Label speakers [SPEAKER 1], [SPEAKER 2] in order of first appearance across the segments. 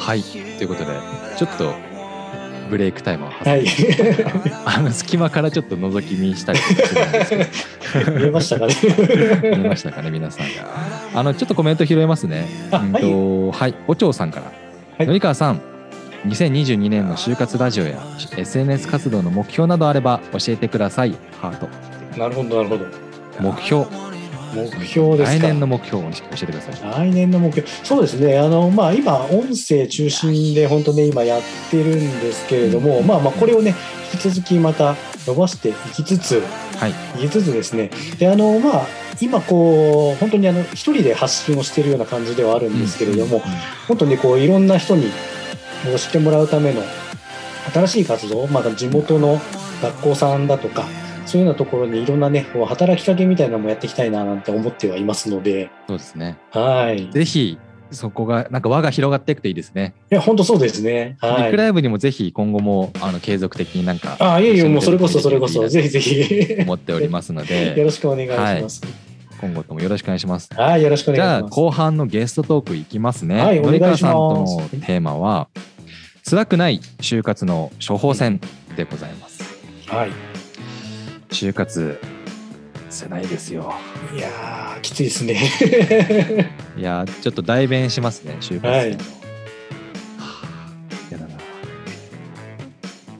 [SPEAKER 1] はいということでちょっとブレイクタイムを挟んで、
[SPEAKER 2] はい。
[SPEAKER 1] あの隙間からちょっと覗き見したりするんですけ
[SPEAKER 2] 見えましたか ね。
[SPEAKER 1] ど見えましたかね皆さんがあのちょっとコメント拾えますね
[SPEAKER 2] あ
[SPEAKER 1] うんとはい、おちょうさんから。
[SPEAKER 2] はい
[SPEAKER 1] のりかわさん、2022年の就活ラジオや SNS 活動の目標などあれば教えてください。ハート。
[SPEAKER 2] なるほど、なるほど。
[SPEAKER 1] 目標。
[SPEAKER 2] 目標ですか。
[SPEAKER 1] 来年の目標を教えてください。
[SPEAKER 2] 来年の目標、そうですね、あのまあ、今、音声中心で本当ね、今やってるんですけれども、まあ、まあこれをね、引き続きまた伸ばしていきつつ、
[SPEAKER 1] はい。
[SPEAKER 2] いきつつですね、であのまあ、今、こう本当にあの一人で発信をしているような感じではあるんですけれども、本当にこういろんな人にこう知ってもらうための新しい活動、まあ、地元の学校さんだとか、そういうようなところにいろんなね、こう働きかけみたいなのもやっていきたいななんて思ってはいますので、
[SPEAKER 1] そうですね。
[SPEAKER 2] はい。
[SPEAKER 1] ぜひ、そこが、なんか輪が広がっていくといいですね。
[SPEAKER 2] いや、本当そうですね。は
[SPEAKER 1] ビッグ
[SPEAKER 2] い。
[SPEAKER 1] ライブにもぜひ今後もあの継続的になんか。
[SPEAKER 2] ああ、いえいえ、もうそれこそ、
[SPEAKER 1] 一
[SPEAKER 2] そ
[SPEAKER 1] 緒
[SPEAKER 2] れ
[SPEAKER 1] に
[SPEAKER 2] こそ、
[SPEAKER 1] やってい
[SPEAKER 2] ぜひぜひ
[SPEAKER 1] けたらと。思っておりますの
[SPEAKER 2] よ
[SPEAKER 1] で、
[SPEAKER 2] ろしくお願いします。
[SPEAKER 1] 今後ともよろしくお願いします。
[SPEAKER 2] はい、よろしくお
[SPEAKER 1] じゃ
[SPEAKER 2] 願い
[SPEAKER 1] あ
[SPEAKER 2] します。
[SPEAKER 1] 後半のゲストトークいきますね。
[SPEAKER 2] はいお願いします
[SPEAKER 1] さんとのテーマは辛くない就活の処方箋でございます。
[SPEAKER 2] はい。
[SPEAKER 1] 就活辛いですよ。
[SPEAKER 2] いやー、きついですね。
[SPEAKER 1] いやーちょっと代弁しますね就活生の。
[SPEAKER 2] は
[SPEAKER 1] はいあやだな。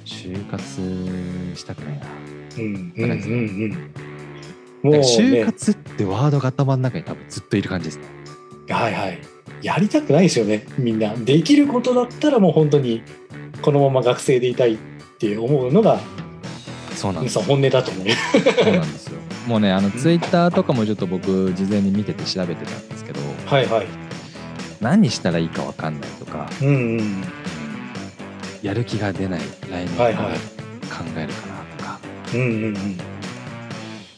[SPEAKER 1] 就活したくないな。
[SPEAKER 2] うん、うん、うん、うん。
[SPEAKER 1] な
[SPEAKER 2] もう、
[SPEAKER 1] ん
[SPEAKER 2] ね、
[SPEAKER 1] か就活ってワードが頭の中に多分ずっといる感じですね。
[SPEAKER 2] はいはい。やりたくないですよね、みんな。できることだったらもう本当に、このまま学生でいたいって思うのが、
[SPEAKER 1] そうなんです
[SPEAKER 2] そう本音だと思う。
[SPEAKER 1] そうなんですよ。もうねあのツイッターとかもちょっと僕事前に見てて調べてたんですけど。
[SPEAKER 2] はいはい。
[SPEAKER 1] 何したらいいか分かんないとか
[SPEAKER 2] うん、うん。
[SPEAKER 1] やる気が出ない来年
[SPEAKER 2] は
[SPEAKER 1] か
[SPEAKER 2] い
[SPEAKER 1] ら
[SPEAKER 2] はい
[SPEAKER 1] 考えるかなとか、
[SPEAKER 2] うん、うん、うん。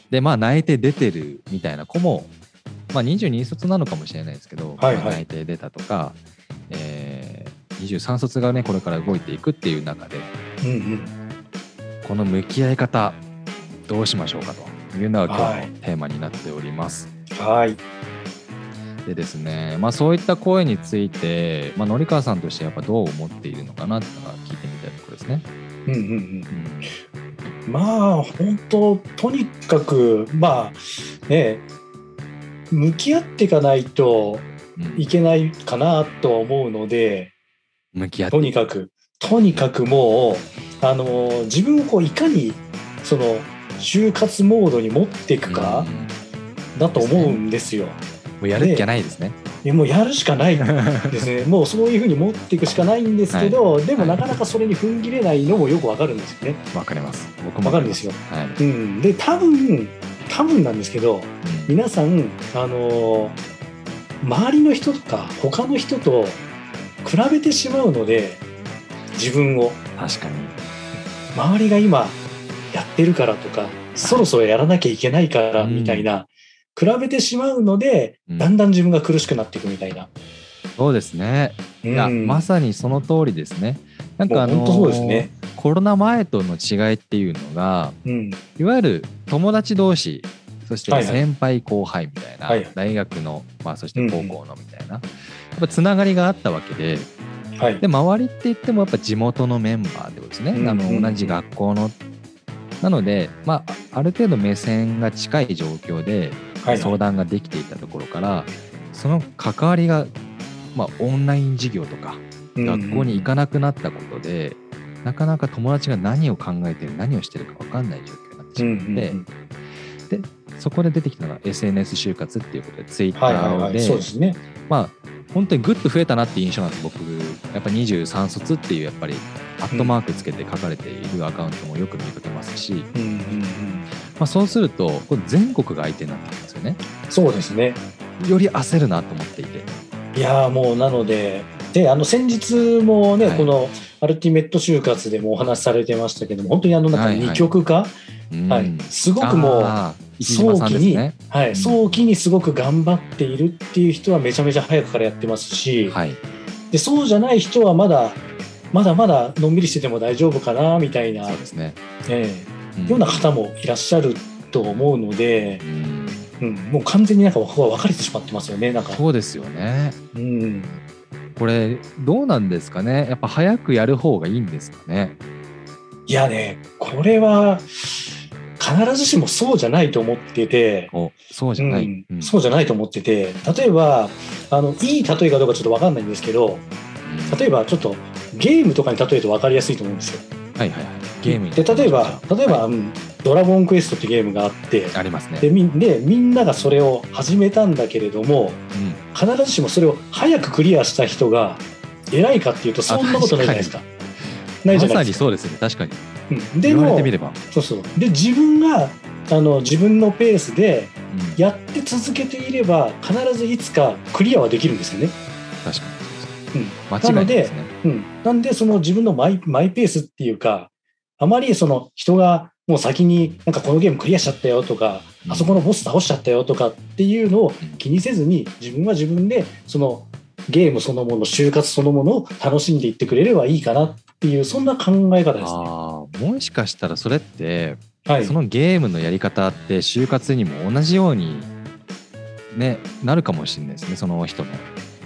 [SPEAKER 1] でまあ内定出てるみたいな子も、まあ、22卒なのかもしれないですけど、
[SPEAKER 2] はいはい
[SPEAKER 1] まあ内定出たとか、えー、23卒がねこれから動いていくっていう中で
[SPEAKER 2] うん、うん。
[SPEAKER 1] この向き合い方どうしましょうかというのが今
[SPEAKER 2] はい
[SPEAKER 1] 日のテーマになっております。
[SPEAKER 2] はい。
[SPEAKER 1] でですね、まあ、そういった声について、まあ、紀川さんとしてやっぱどう思っているのかなっていうのが聞いてみたいところですね。
[SPEAKER 2] うん、うん、うん。
[SPEAKER 1] うん
[SPEAKER 2] まあ本当とにかくまあね向き合っていかないと
[SPEAKER 1] うん
[SPEAKER 2] いけないかなとは思うので
[SPEAKER 1] 向き合って
[SPEAKER 2] とにかくとにかくもうあの自分をこういかにその就活モードに持っていくか
[SPEAKER 1] うんも
[SPEAKER 2] だと思うんですよ。
[SPEAKER 1] うやるっきゃないですね。
[SPEAKER 2] でもうやるしかないです ねもうそういうふうに持っていくしかないんですけど、でもなかなかそれに踏ん切れないのもよくわかるんですよね。
[SPEAKER 1] わかります。僕も
[SPEAKER 2] わかるんですよ
[SPEAKER 1] はい。うん
[SPEAKER 2] うん、で多分多分なんですけど皆さん、あのー周りの人とか他の人と比べてしまうので自分を
[SPEAKER 1] 確かに。
[SPEAKER 2] 周りが今やってるからとかそろそろやらなきゃいけないからみたいな、比べてしまうので
[SPEAKER 1] うん
[SPEAKER 2] だんだん自分が苦しくなっていくみたいな。
[SPEAKER 1] そうですね。いや、
[SPEAKER 2] うん
[SPEAKER 1] まさにその通りですね。なんかあ
[SPEAKER 2] もう
[SPEAKER 1] の
[SPEAKER 2] 本当そうですね。
[SPEAKER 1] コロナ前との違いっていうのが、
[SPEAKER 2] うん、
[SPEAKER 1] いわゆる友達同士、そし
[SPEAKER 2] は
[SPEAKER 1] て
[SPEAKER 2] いはい
[SPEAKER 1] 先輩後輩みたいな、
[SPEAKER 2] はいはい
[SPEAKER 1] 大学の、まあ、そして高校のみたいな、やっぱつながりがあったわけで、
[SPEAKER 2] はい
[SPEAKER 1] で、周りって言ってもやっぱ地元のメンバーってことですね、
[SPEAKER 2] うん
[SPEAKER 1] あ
[SPEAKER 2] うん
[SPEAKER 1] の同じ学校の。なので、まあ、ある程度目線が近い状況で
[SPEAKER 2] はい
[SPEAKER 1] 相談ができていたところから、その関わりが、まあ、オンライン授業とか学校に行かなくなったことで、なかなか友達が何を考えてる何をしてるか分かんない状況になってし
[SPEAKER 2] うん
[SPEAKER 1] ま
[SPEAKER 2] う
[SPEAKER 1] っ
[SPEAKER 2] んうん
[SPEAKER 1] て、そこで出てきたのが SNS 就活っていうことでツイッタ
[SPEAKER 2] はいはいは
[SPEAKER 1] ー
[SPEAKER 2] い、
[SPEAKER 1] で
[SPEAKER 2] そうですね。
[SPEAKER 1] まあ本当にグッと増えたなっていう印象なんです僕やっぱ23卒っていうやっぱりアットマークつけて書かれているアカウントもよく見かけますし、ま
[SPEAKER 2] うんうんうん、
[SPEAKER 1] あ、そうするとこれ全国が相手になってくるんですよね
[SPEAKER 2] そうですね。
[SPEAKER 1] より焦るなと思っていて
[SPEAKER 2] いやーもうなので、であの先日もね、
[SPEAKER 1] はい
[SPEAKER 2] このアルティメット就活でもお話しされてましたけども、本当にあのなん
[SPEAKER 1] は
[SPEAKER 2] か
[SPEAKER 1] いはい
[SPEAKER 2] 二極化、
[SPEAKER 1] うん
[SPEAKER 2] はいすごくもう、は
[SPEAKER 1] あー石島さんですね
[SPEAKER 2] い、早期にすごく頑張っているっていう人はめちゃめちゃ早くからやってますし、
[SPEAKER 1] はい
[SPEAKER 2] でそうじゃない人はまだ、まだまだのんびりしてても大丈夫かなみたいな、
[SPEAKER 1] そうですね、
[SPEAKER 2] え
[SPEAKER 1] うん
[SPEAKER 2] えような方もいらっしゃると思うので、
[SPEAKER 1] うん
[SPEAKER 2] うん、もう完全になんかここは分かれてしまってますよね、なんか。
[SPEAKER 1] そうですよね。
[SPEAKER 2] うん、
[SPEAKER 1] これどうなんですかねやっぱ早くやる方がいいんですかね
[SPEAKER 2] いやね、これは必ずしもそうじゃないと思ってて、
[SPEAKER 1] おそうじゃない。
[SPEAKER 2] うん
[SPEAKER 1] うん
[SPEAKER 2] そうじゃないと思ってて、例えばあの、いい例えかどうかちょっと分かんないんですけど、例えばちょっとゲームとかに例えると分かりやすいと思うんですよ。
[SPEAKER 1] はいはいはい。ゲームに
[SPEAKER 2] で例えば、例えば、
[SPEAKER 1] は
[SPEAKER 2] うんドラゴンクエストってゲームがあって
[SPEAKER 1] いありますね。
[SPEAKER 2] でみんで、みんながそれを始めたんだけれども、
[SPEAKER 1] うん
[SPEAKER 2] 必ずしもそれを早くクリアした人が偉いかっていうと、そんなことないじゃないですか。ないじ
[SPEAKER 1] ま
[SPEAKER 2] ゃな
[SPEAKER 1] さ
[SPEAKER 2] いで
[SPEAKER 1] に
[SPEAKER 2] す
[SPEAKER 1] そうですね。確かに。
[SPEAKER 2] か。うんで
[SPEAKER 1] 言われ
[SPEAKER 2] も
[SPEAKER 1] てみれば。
[SPEAKER 2] そうそうで自分があの自分のペースで
[SPEAKER 1] うん
[SPEAKER 2] やって続けていれば必ずいつかクリアはできるんですよね。
[SPEAKER 1] 確かにそうです。間
[SPEAKER 2] うん
[SPEAKER 1] 違いないですね。
[SPEAKER 2] うん、なんでその自分のマイマイペースっていうかあまりその人がもう先になんかこのゲームクリアしちゃったよとか
[SPEAKER 1] うん
[SPEAKER 2] あそこのボス倒しちゃったよとかっていうのを気にせずに自分は自分でそのゲームそのもの就活そのものを楽しんでいってくれればいいかなっていうそんな考え方ですね。
[SPEAKER 1] ああ、もしかしたらそれって、
[SPEAKER 2] はい
[SPEAKER 1] そのゲームのやり方って就活にも同じように、ね、なるかもしれないですね。その人の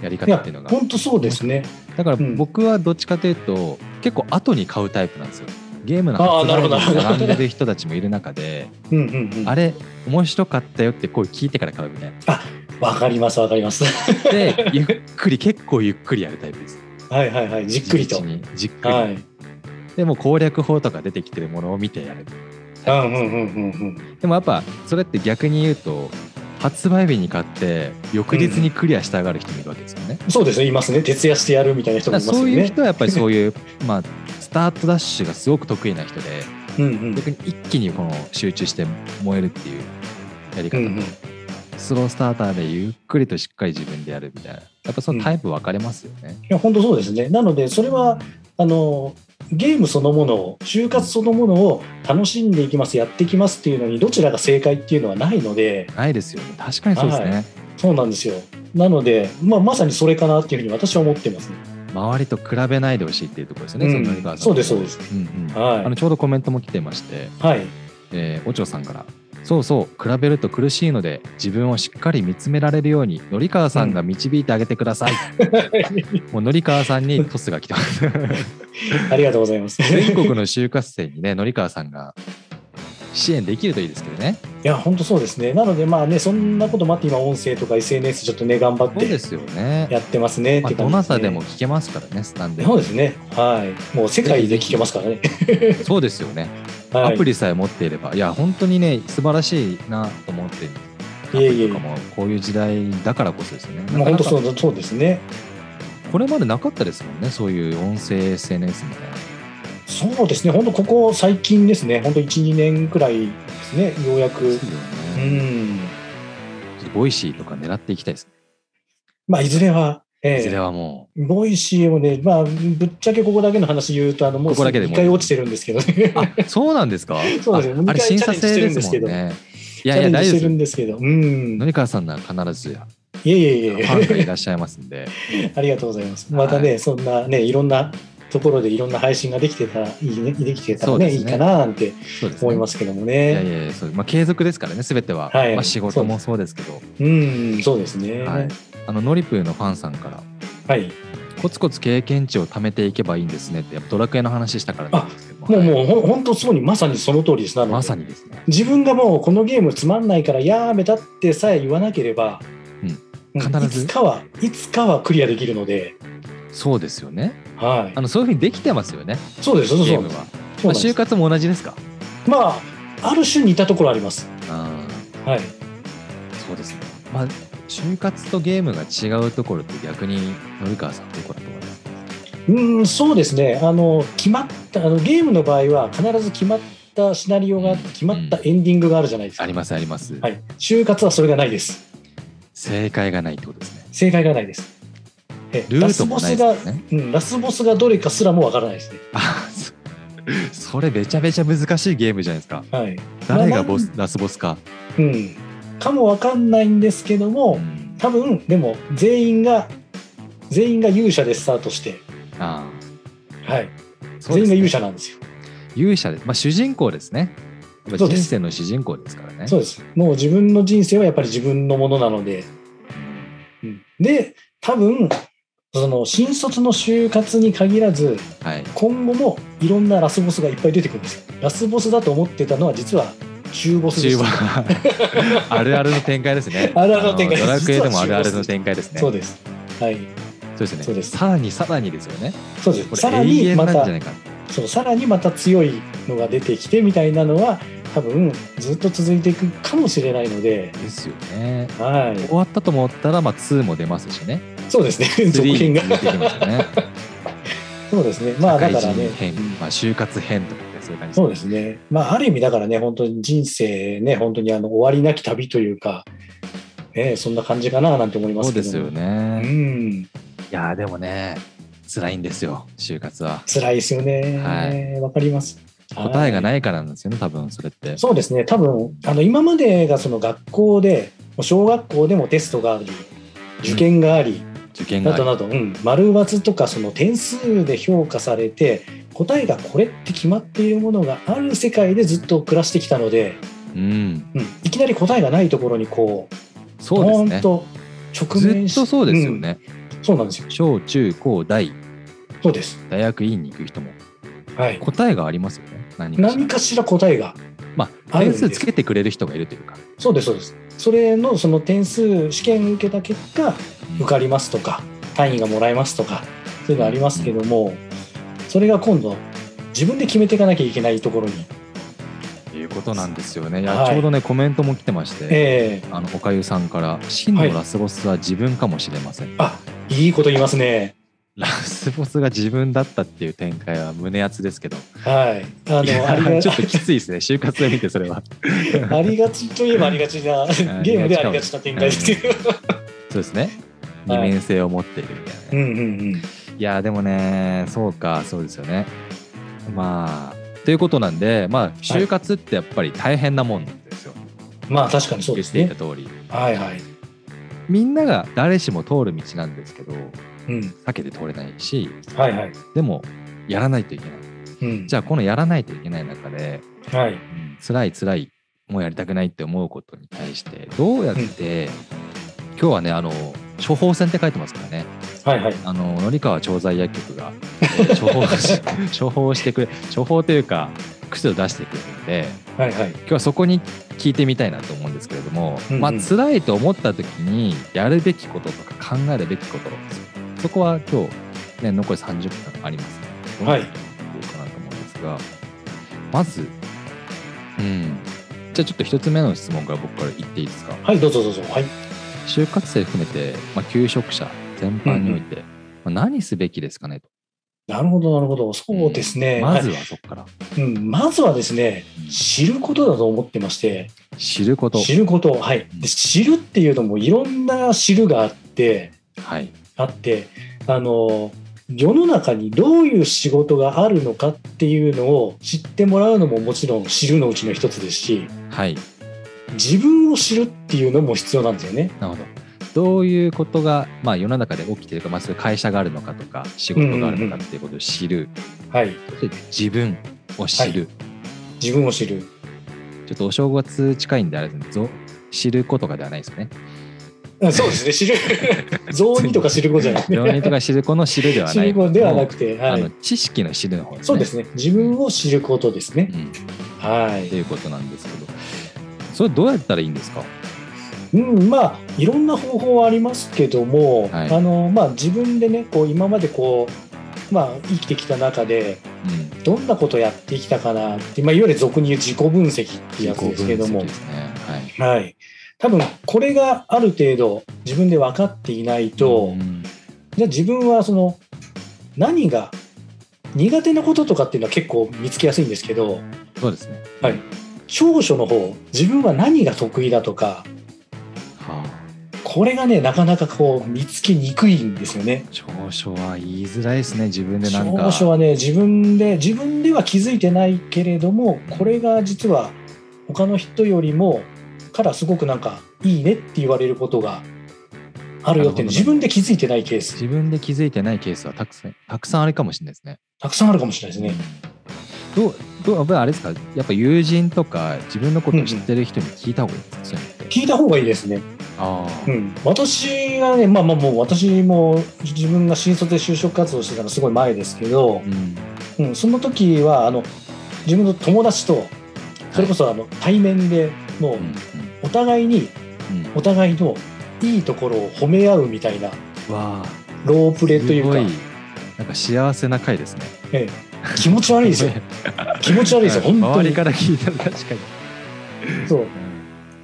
[SPEAKER 1] やり
[SPEAKER 2] い
[SPEAKER 1] 方っ
[SPEAKER 2] や
[SPEAKER 1] ていうのが。
[SPEAKER 2] 本当そうですね。
[SPEAKER 1] だから
[SPEAKER 2] うん
[SPEAKER 1] 僕はどっちかというと、結構後に買うタイプなんですよ。ゲームの
[SPEAKER 2] あー
[SPEAKER 1] 発
[SPEAKER 2] なるほ
[SPEAKER 1] 売
[SPEAKER 2] ど
[SPEAKER 1] に並んでる人たちもいる中で、
[SPEAKER 2] うんうん うん、
[SPEAKER 1] あれ面白かったよって声聞いてから買うみたいな。
[SPEAKER 2] わかりますわかります。
[SPEAKER 1] で、ゆっくり結構ゆっくりやるタイプです。
[SPEAKER 2] はいはいはい、じっくりと
[SPEAKER 1] 地。道にじっくり。
[SPEAKER 2] はい。う
[SPEAKER 1] でも攻略法とか出てきてるものを見てやる。
[SPEAKER 2] んうんうんうんうん。
[SPEAKER 1] でもやっぱそれって逆に言うと発売日に買って翌日にクリアしたがる人もいるわけですよね。
[SPEAKER 2] そうですね、言いますね。徹夜してやるみたいな人も
[SPEAKER 1] だ
[SPEAKER 2] い
[SPEAKER 1] か
[SPEAKER 2] ま
[SPEAKER 1] らそ
[SPEAKER 2] すよ
[SPEAKER 1] ういう
[SPEAKER 2] ね。
[SPEAKER 1] 人はやっぱりそういう まあスタートダッシュがすごく得意な人で
[SPEAKER 2] うんうん。
[SPEAKER 1] 逆に一気にこの集中して燃えるっていうやり
[SPEAKER 2] う
[SPEAKER 1] 方、
[SPEAKER 2] んうん、
[SPEAKER 1] スロースターターでゆっくりとしっかり自分でやるみたいなやっぱそのタイプ分かれますよね。
[SPEAKER 2] いや本当そうですね。なので、それはあのゲームそのものを、就活そのものを楽しんでいきます、やっていきますっていうのに、どちらが正解っていうのはないので、
[SPEAKER 1] ないですよね確かにそうですね、
[SPEAKER 2] はそうなんですよ。なので、まあ、まさにそれかなっていうふうに私は思ってますね。
[SPEAKER 1] 周りと比べないでほしいっていうところですよね、
[SPEAKER 2] うん
[SPEAKER 1] その古川さん
[SPEAKER 2] そうですそうです、
[SPEAKER 1] うんうん
[SPEAKER 2] はい
[SPEAKER 1] あのちょうどコメントも来てまして、
[SPEAKER 2] はい。
[SPEAKER 1] えー、おちょさんから「そうそう比べると苦しいので自分をしっかり見つめられるように紀川さんが導いてあげてくだ さい」もう紀川さんにトスが来てます
[SPEAKER 2] ありがとうございます。
[SPEAKER 1] 全国の就活生にね紀川さんが支援できるといいですけどね
[SPEAKER 2] いや、本当そうですね。なので、まあね、そんなこともあって、今、音声とか SNS ちょっとね、頑張っ
[SPEAKER 1] そうで
[SPEAKER 2] て
[SPEAKER 1] すよね、
[SPEAKER 2] やってますね。
[SPEAKER 1] ま
[SPEAKER 2] っ
[SPEAKER 1] あ、
[SPEAKER 2] て感
[SPEAKER 1] ど
[SPEAKER 2] じ
[SPEAKER 1] な
[SPEAKER 2] すね
[SPEAKER 1] たでも聞けますからねスタンデ
[SPEAKER 2] そう
[SPEAKER 1] ー
[SPEAKER 2] ですね。はい。もう世界で聞けますからね。
[SPEAKER 1] そうですよね、
[SPEAKER 2] は い、
[SPEAKER 1] アプリさえ持っていればいや本当にね素晴らしいなと思ってるアプ
[SPEAKER 2] いえいえ
[SPEAKER 1] リとかもこういう時代だからこそですよね
[SPEAKER 2] もう本当そ
[SPEAKER 1] なかな
[SPEAKER 2] うそうですね。
[SPEAKER 1] かこれまでなかったですもんねそういう音声 SNS みたいな
[SPEAKER 2] そうですね。本当ここ最近ですね。本当1、2年くらいですね。ようや
[SPEAKER 1] で
[SPEAKER 2] く
[SPEAKER 1] す。よ
[SPEAKER 2] う
[SPEAKER 1] ね。
[SPEAKER 2] ん。
[SPEAKER 1] ボイシーとか狙っていきたいですね。
[SPEAKER 2] まあ、いずれは、ええ
[SPEAKER 1] いずれはも
[SPEAKER 2] ボイシーをね、まあ、ぶっちゃけここだけの話言うと、あの、もう
[SPEAKER 1] ここだけでも
[SPEAKER 2] 一回落ちてるんですけどね。
[SPEAKER 1] う。あ、そうなんですか。
[SPEAKER 2] そうですよ
[SPEAKER 1] ああれ審査制ですもん
[SPEAKER 2] 二
[SPEAKER 1] ね。い
[SPEAKER 2] チ
[SPEAKER 1] や
[SPEAKER 2] ャ
[SPEAKER 1] いや
[SPEAKER 2] レ ンジ
[SPEAKER 1] 大
[SPEAKER 2] し
[SPEAKER 1] 丈夫
[SPEAKER 2] て
[SPEAKER 1] で
[SPEAKER 2] るん
[SPEAKER 1] す。
[SPEAKER 2] ですけど。うん。
[SPEAKER 1] のりかわさんなら必ずや
[SPEAKER 2] いえいえい
[SPEAKER 1] フ
[SPEAKER 2] え。
[SPEAKER 1] ァンがいらっしゃいますんで。
[SPEAKER 2] ありがとうございます。またね、
[SPEAKER 1] は
[SPEAKER 2] そんなね、いろんなところでいろんな配信ができてたらいいね、できてたら
[SPEAKER 1] そ
[SPEAKER 2] ね、
[SPEAKER 1] うです
[SPEAKER 2] いい
[SPEAKER 1] ね
[SPEAKER 2] かななんて
[SPEAKER 1] そうですね。
[SPEAKER 2] 思いますけども
[SPEAKER 1] い
[SPEAKER 2] ね。
[SPEAKER 1] やいやいやそうまあ継続ですからねすべては。
[SPEAKER 2] はい
[SPEAKER 1] まあ仕事もそうですけど。
[SPEAKER 2] うん、そうですね。
[SPEAKER 1] はい。あのノリプーのファンさんから。
[SPEAKER 2] はい。
[SPEAKER 1] コツコツ経験値を貯めていけばいいんですねってやっぱドラクエの話したからなんですけども
[SPEAKER 2] もう、
[SPEAKER 1] はい
[SPEAKER 2] もう、ほん本当そうに、まさにその通りです。なので
[SPEAKER 1] まさにですね
[SPEAKER 2] 自分がもう、このゲームつまんないから、やめたってさえ言わなければ。
[SPEAKER 1] うん
[SPEAKER 2] うん
[SPEAKER 1] 必ず
[SPEAKER 2] いつかは、いつかはクリアできるので。
[SPEAKER 1] そうですよね
[SPEAKER 2] は
[SPEAKER 1] あのそういうふうにできてますよね
[SPEAKER 2] い。そうです。そうです
[SPEAKER 1] ゲー
[SPEAKER 2] そう
[SPEAKER 1] ム
[SPEAKER 2] です。
[SPEAKER 1] は、
[SPEAKER 2] そ
[SPEAKER 1] まあ、
[SPEAKER 2] うなんで
[SPEAKER 1] 就
[SPEAKER 2] す
[SPEAKER 1] 活も同じですか
[SPEAKER 2] まあ、ある種似たところあります。
[SPEAKER 1] あー
[SPEAKER 2] はい。
[SPEAKER 1] そうですね。まあ、就活とゲームが違うところって逆に、のりかわさんどこだと思います
[SPEAKER 2] うん、そうですね。あの、決まった、あの、ゲームの場合は、必ず決まったシナリオがあって、決まったエンディングがあるじゃないですか。
[SPEAKER 1] ありますあります、
[SPEAKER 2] はい。就活はそれがないです。
[SPEAKER 1] 正解がないってことですね。
[SPEAKER 2] 正解がないです。え
[SPEAKER 1] ルートもないですよ
[SPEAKER 2] ラスボスが
[SPEAKER 1] ね。
[SPEAKER 2] うん、ラスボスがどれかすらもわからないですね。
[SPEAKER 1] あそ それめちゃめちゃ難しいゲームじゃないですか。
[SPEAKER 2] はい。
[SPEAKER 1] 誰がボ
[SPEAKER 2] ま
[SPEAKER 1] スラスボスか。
[SPEAKER 2] うん。かもわかんないんですけど
[SPEAKER 1] う
[SPEAKER 2] も、
[SPEAKER 1] ん
[SPEAKER 2] 多分、でも、全員が、全員が勇者でスタートして、
[SPEAKER 1] あ
[SPEAKER 2] は
[SPEAKER 1] ー
[SPEAKER 2] い。
[SPEAKER 1] そう
[SPEAKER 2] 全
[SPEAKER 1] で
[SPEAKER 2] 員
[SPEAKER 1] すね
[SPEAKER 2] が勇者なんですよ。
[SPEAKER 1] 勇者で、まあ、主人公ですね。やっぱ人生の主人公ですからね。
[SPEAKER 2] そうです。もう自分の人生はやっぱり自分のものなので。うんで、多分、その新卒の就活に限らず、
[SPEAKER 1] はい。
[SPEAKER 2] 今後もいろんなラスボスがいっぱい出てくるんですよ。ラスボスだと思ってたのは実は中ボスで
[SPEAKER 1] 中
[SPEAKER 2] した。
[SPEAKER 1] 盤 あるあるの展開ですね。
[SPEAKER 2] あるあるの展
[SPEAKER 1] あ
[SPEAKER 2] 開です
[SPEAKER 1] ドラクエでもあるあるの展開ですね。
[SPEAKER 2] そうです。はい。
[SPEAKER 1] そうですね。
[SPEAKER 2] そうです
[SPEAKER 1] さらにさらにですよね。
[SPEAKER 2] そうです。
[SPEAKER 1] こ
[SPEAKER 2] さ
[SPEAKER 1] れ
[SPEAKER 2] ら
[SPEAKER 1] 永
[SPEAKER 2] に
[SPEAKER 1] 遠
[SPEAKER 2] ま
[SPEAKER 1] なんじゃ
[SPEAKER 2] た
[SPEAKER 1] ないか。
[SPEAKER 2] そうさらにまた強いのが出てきてみたいなのは多分ずっと続いていくかもしれないので、
[SPEAKER 1] ですよね。
[SPEAKER 2] はい、
[SPEAKER 1] 終わったと思ったら、まあ、2も出ますしね。
[SPEAKER 2] そうですね、続
[SPEAKER 1] 3
[SPEAKER 2] 編
[SPEAKER 1] も
[SPEAKER 2] が。
[SPEAKER 1] 出てきましたね。
[SPEAKER 2] そうですね、 まあ
[SPEAKER 1] 社
[SPEAKER 2] だ
[SPEAKER 1] 会
[SPEAKER 2] からね
[SPEAKER 1] 人、編、まあ、就活編とかねそういう感じ
[SPEAKER 2] そうですね、まあある意味だからね、本当に人生ね、本当にあの終わりなき旅というか、ね、そんな感じかななんて思いま
[SPEAKER 1] そ
[SPEAKER 2] す
[SPEAKER 1] う
[SPEAKER 2] け
[SPEAKER 1] で
[SPEAKER 2] ど。
[SPEAKER 1] すよ
[SPEAKER 2] う
[SPEAKER 1] ね。
[SPEAKER 2] ん、
[SPEAKER 1] いやーでもね、辛いんですよ、就活は。
[SPEAKER 2] 辛いですよね、
[SPEAKER 1] は
[SPEAKER 2] わかります。
[SPEAKER 1] 答えが
[SPEAKER 2] い
[SPEAKER 1] ないからなんですよね、多分それって。
[SPEAKER 2] そうですね、多分あの今までがその学校で、もう小学校でもテストがあり、受験があり、
[SPEAKER 1] 受験が
[SPEAKER 2] な
[SPEAKER 1] ある
[SPEAKER 2] どなど、うん、丸抜とかその点数で評価されて答えがこれって決まっているものがある世界でずっと暮らしてきたので、
[SPEAKER 1] うん、
[SPEAKER 2] うん、いきなり答えがないところにこう
[SPEAKER 1] そうです
[SPEAKER 2] ドー
[SPEAKER 1] ね
[SPEAKER 2] ン。と直
[SPEAKER 1] ず
[SPEAKER 2] 面
[SPEAKER 1] っ
[SPEAKER 2] し
[SPEAKER 1] とそうですよね。
[SPEAKER 2] うんそうなんですよ
[SPEAKER 1] 小中高大
[SPEAKER 2] そうです、
[SPEAKER 1] 大学院に行く人も
[SPEAKER 2] はい、
[SPEAKER 1] 答えがありますよね。何かしら
[SPEAKER 2] 何かしら答えが
[SPEAKER 1] まあ
[SPEAKER 2] あるん
[SPEAKER 1] 点
[SPEAKER 2] です
[SPEAKER 1] 数つけてくれる人がいるというか。
[SPEAKER 2] そうですそうですそれのその点数試験受けた結果受かりますとか単位がもらえますとかそういうのありますけども、それが今度自分で決めていかなきゃいけないところに、
[SPEAKER 1] いうことなんですよね。いや、
[SPEAKER 2] はい
[SPEAKER 1] ちょうどねコメントも来てまして、
[SPEAKER 2] ええ
[SPEAKER 1] あのおかゆさんから真のラスボスは自分かもしれません。
[SPEAKER 2] あいいこと言いますね
[SPEAKER 1] ラスボスが自分だったっていう展開は胸熱ですけど、
[SPEAKER 2] はい。あ
[SPEAKER 1] いや
[SPEAKER 2] の、ありが
[SPEAKER 1] ちょっときついですね。就活で見てそ れは。
[SPEAKER 2] ありがちといえばありがち な、ゲームでありがちな展開ですけど。
[SPEAKER 1] そうですね。二
[SPEAKER 2] はい
[SPEAKER 1] 面性を持っているみたいなね。
[SPEAKER 2] うんうん
[SPEAKER 1] いやでもねそうかそうですよねまあということなんでまあ就活ってやっぱり大変なもんなんですよ、
[SPEAKER 2] うん。まあ確かにそうで
[SPEAKER 1] 言っ
[SPEAKER 2] す
[SPEAKER 1] てい
[SPEAKER 2] ね
[SPEAKER 1] た。通り
[SPEAKER 2] はいはい。
[SPEAKER 1] みんなが誰しも通る道なんですけど
[SPEAKER 2] うん。
[SPEAKER 1] 避けて通れないし
[SPEAKER 2] はいはい。
[SPEAKER 1] でもやらないといけない
[SPEAKER 2] うん。
[SPEAKER 1] じゃあこのやらないといけない中で、
[SPEAKER 2] ゃはい。
[SPEAKER 1] うん、辛い辛いもうやりたくないって思うことに対してどうやって、今日はねあの処方箋って書いてますからね
[SPEAKER 2] はいはい。
[SPEAKER 1] あの乗川調剤薬局が、えー処方し 処方してくれ処方というか薬を出してくれるので
[SPEAKER 2] はいはい。
[SPEAKER 1] 今日はそこに聞いてみたいなと思うんですけれども、
[SPEAKER 2] うんうん
[SPEAKER 1] まあ辛いと思った時にやるべきこととか考えるべきことそこは今日、ね、残り30分ありますね
[SPEAKER 2] はい
[SPEAKER 1] どうかなと思うんですがまずうんじゃあちょっと一つ目の質問から僕から言っていいですか
[SPEAKER 2] はい、どうぞどうぞ。はい。
[SPEAKER 1] 就活生含めて、まあ、求職者全般において、まあ、何すべきですかねと。
[SPEAKER 2] なるほどなるほど。そうですね。
[SPEAKER 1] んまずはそこから、
[SPEAKER 2] い。うん。まずはですね、知ることだと思ってまして、
[SPEAKER 1] 知ること。
[SPEAKER 2] 知ること。はい。で知るっていうのもいろんな知るがあって、
[SPEAKER 1] はい。
[SPEAKER 2] あって、あの、世の中にどういう仕事があるのかっていうのを知ってもらうのももちろん知るのうちの一つですし、
[SPEAKER 1] はい。
[SPEAKER 2] 自分を知るっていうのも必要なんですよね。
[SPEAKER 1] なるほど。どういうことが、まあ、世の中で起きているか、まあ、そういう会社があるのかとか、仕事があるのかっていうことを知る。
[SPEAKER 2] はい。
[SPEAKER 1] そして自分を知る、
[SPEAKER 2] 自分を知る。
[SPEAKER 1] ちょっとお正月近いんであれですね。ぞ知ることがではないですよね。
[SPEAKER 2] うんそうですね、知る。 雑煮とか知ること じゃなくて。
[SPEAKER 1] 病人とか知る子の知るではな
[SPEAKER 2] 知
[SPEAKER 1] い。
[SPEAKER 2] ることではなく
[SPEAKER 1] も
[SPEAKER 2] て、
[SPEAKER 1] う
[SPEAKER 2] は
[SPEAKER 1] あ
[SPEAKER 2] い
[SPEAKER 1] の知識の知るの方ですね。
[SPEAKER 2] そうですね。自分を知ることですね。
[SPEAKER 1] うん。っ
[SPEAKER 2] は
[SPEAKER 1] て
[SPEAKER 2] い。
[SPEAKER 1] いうことなんですけど、それどうやったらいいんですか
[SPEAKER 2] うん、まあ、いろんな方法はありますけども、
[SPEAKER 1] はい
[SPEAKER 2] あの、まあ、自分でね、こう、今までこう、まあ、生きてきた中で、
[SPEAKER 1] うん。
[SPEAKER 2] どんなことやってきたかなって、まあ、いわゆる俗に言う自己分析っていうやつですけども
[SPEAKER 1] 自己分析で、すねはい。
[SPEAKER 2] はい、多分これがある程度自分で分かっていないと、
[SPEAKER 1] うん
[SPEAKER 2] じゃあ自分はその何が苦手なこととかっていうのは結構見つけやすいんですけど
[SPEAKER 1] そうですね。
[SPEAKER 2] はい長所の方自分は何が得意だとか
[SPEAKER 1] は
[SPEAKER 2] これがねなかなかこう見つけにくいんですよね。
[SPEAKER 1] あ、長所は言いづらいですね。自分でなんか。
[SPEAKER 2] 長所はね自分で自分では気づいてないけれどもこれが実は他の人よりもからすごくなんかいいねって言われることがあるよっていうの
[SPEAKER 1] なるほどね
[SPEAKER 2] 自分で気づいてないケース
[SPEAKER 1] 自分で気づいてないケースはたくさんたくさんあれかもしれないですね。
[SPEAKER 2] たくさんあるかもしれないですね。
[SPEAKER 1] どうどうやっぱりあれですかやっぱ友人とか自分のことを知ってる人に聞いた方がいいですか、そういうのって
[SPEAKER 2] 聞いた方がいいですね。
[SPEAKER 1] ああ
[SPEAKER 2] うん、私がね、まあまあもう私も自分が新卒で就職活動してたのすごい前ですけど、
[SPEAKER 1] うん
[SPEAKER 2] うん、その時はあの自分の友達とそれこそあの対面でもう
[SPEAKER 1] うん
[SPEAKER 2] お互いに
[SPEAKER 1] うんうん
[SPEAKER 2] お互いのいいところを褒め合うみたいな
[SPEAKER 1] わあ
[SPEAKER 2] ロープレというか、
[SPEAKER 1] すごなんか幸せな回ですね
[SPEAKER 2] ええ気持ち悪い ですよ気持ち悪いですよ本当
[SPEAKER 1] 周り
[SPEAKER 2] に
[SPEAKER 1] から聞いたら確かに、
[SPEAKER 2] そ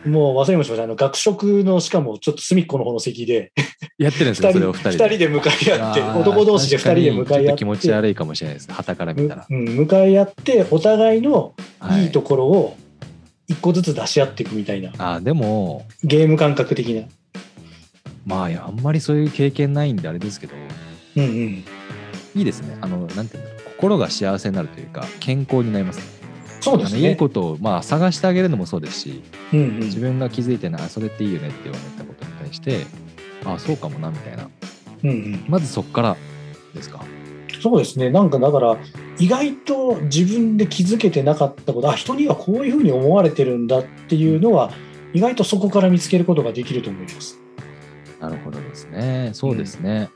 [SPEAKER 2] うもう忘れもしましたあの学食のしかもちょっと隅っこの方の席で
[SPEAKER 1] やってるんです
[SPEAKER 2] 2
[SPEAKER 1] よ
[SPEAKER 2] 人
[SPEAKER 1] それを2人
[SPEAKER 2] 二人で向かい合って男同士で2人で向かい合って
[SPEAKER 1] 気持ち悪いかもしれないです旗から見たら、
[SPEAKER 2] うん、向かい合ってお互いのいいと
[SPEAKER 1] こ
[SPEAKER 2] ころを一個ずつ出し合っていくみたいな、
[SPEAKER 1] あでも
[SPEAKER 2] ゲーム感覚的な、
[SPEAKER 1] まあいやあんまりそういう経験ないんであれですけど
[SPEAKER 2] うんうん、
[SPEAKER 1] いいですねあのなんていうんだろう心が幸せになるというか健康になりますね
[SPEAKER 2] そうで
[SPEAKER 1] あ
[SPEAKER 2] す
[SPEAKER 1] のいい
[SPEAKER 2] ね、
[SPEAKER 1] ことを、まあ、探してあげるのもそうですし
[SPEAKER 2] うんう
[SPEAKER 1] 自
[SPEAKER 2] ん
[SPEAKER 1] 分が気づいてなあそれっていいよねって思ったことに対してあそうかもなみたいな
[SPEAKER 2] うんうん、
[SPEAKER 1] まずそっからですか
[SPEAKER 2] そうですねなんかだから意外と自分で気づけてなかったことあ人にはこういうふうに思われてるんだっていうのは意外とそこから見つけることができると思います。
[SPEAKER 1] なるほどですねそうですね、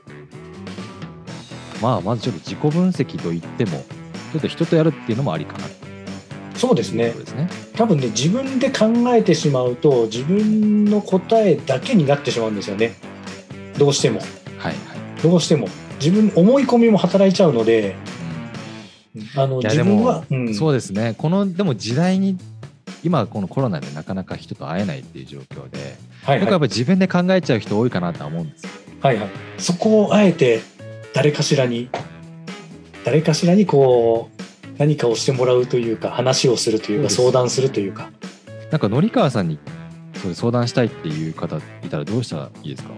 [SPEAKER 1] まあまずちょっと自己分析といってもちょっと人とやるっていうのもありかな
[SPEAKER 2] そうですね
[SPEAKER 1] そうですね
[SPEAKER 2] 多分ね自分で考えてしまうと自分の答えだけになってしまうんですよねどうしても
[SPEAKER 1] はいはい、
[SPEAKER 2] どうしても自分思い込みも働いちゃうのであの
[SPEAKER 1] いや
[SPEAKER 2] 自分は、
[SPEAKER 1] う
[SPEAKER 2] う
[SPEAKER 1] ん
[SPEAKER 2] ん、
[SPEAKER 1] そうですねこのでも時代に今このコロナでなかなか人と会えないっていう状況で、
[SPEAKER 2] はい
[SPEAKER 1] 僕はや
[SPEAKER 2] はい
[SPEAKER 1] っぱ自分で考えちゃう人多いかなとは思うんですよ
[SPEAKER 2] はいはい、そこをあえて誰かしらに誰かしらにこう何かをしてもらうというか話をするというか
[SPEAKER 1] そうです
[SPEAKER 2] 相談するというか
[SPEAKER 1] なんか紀川さんにそれ相談したいっていう方いたらどうしたらいい ですか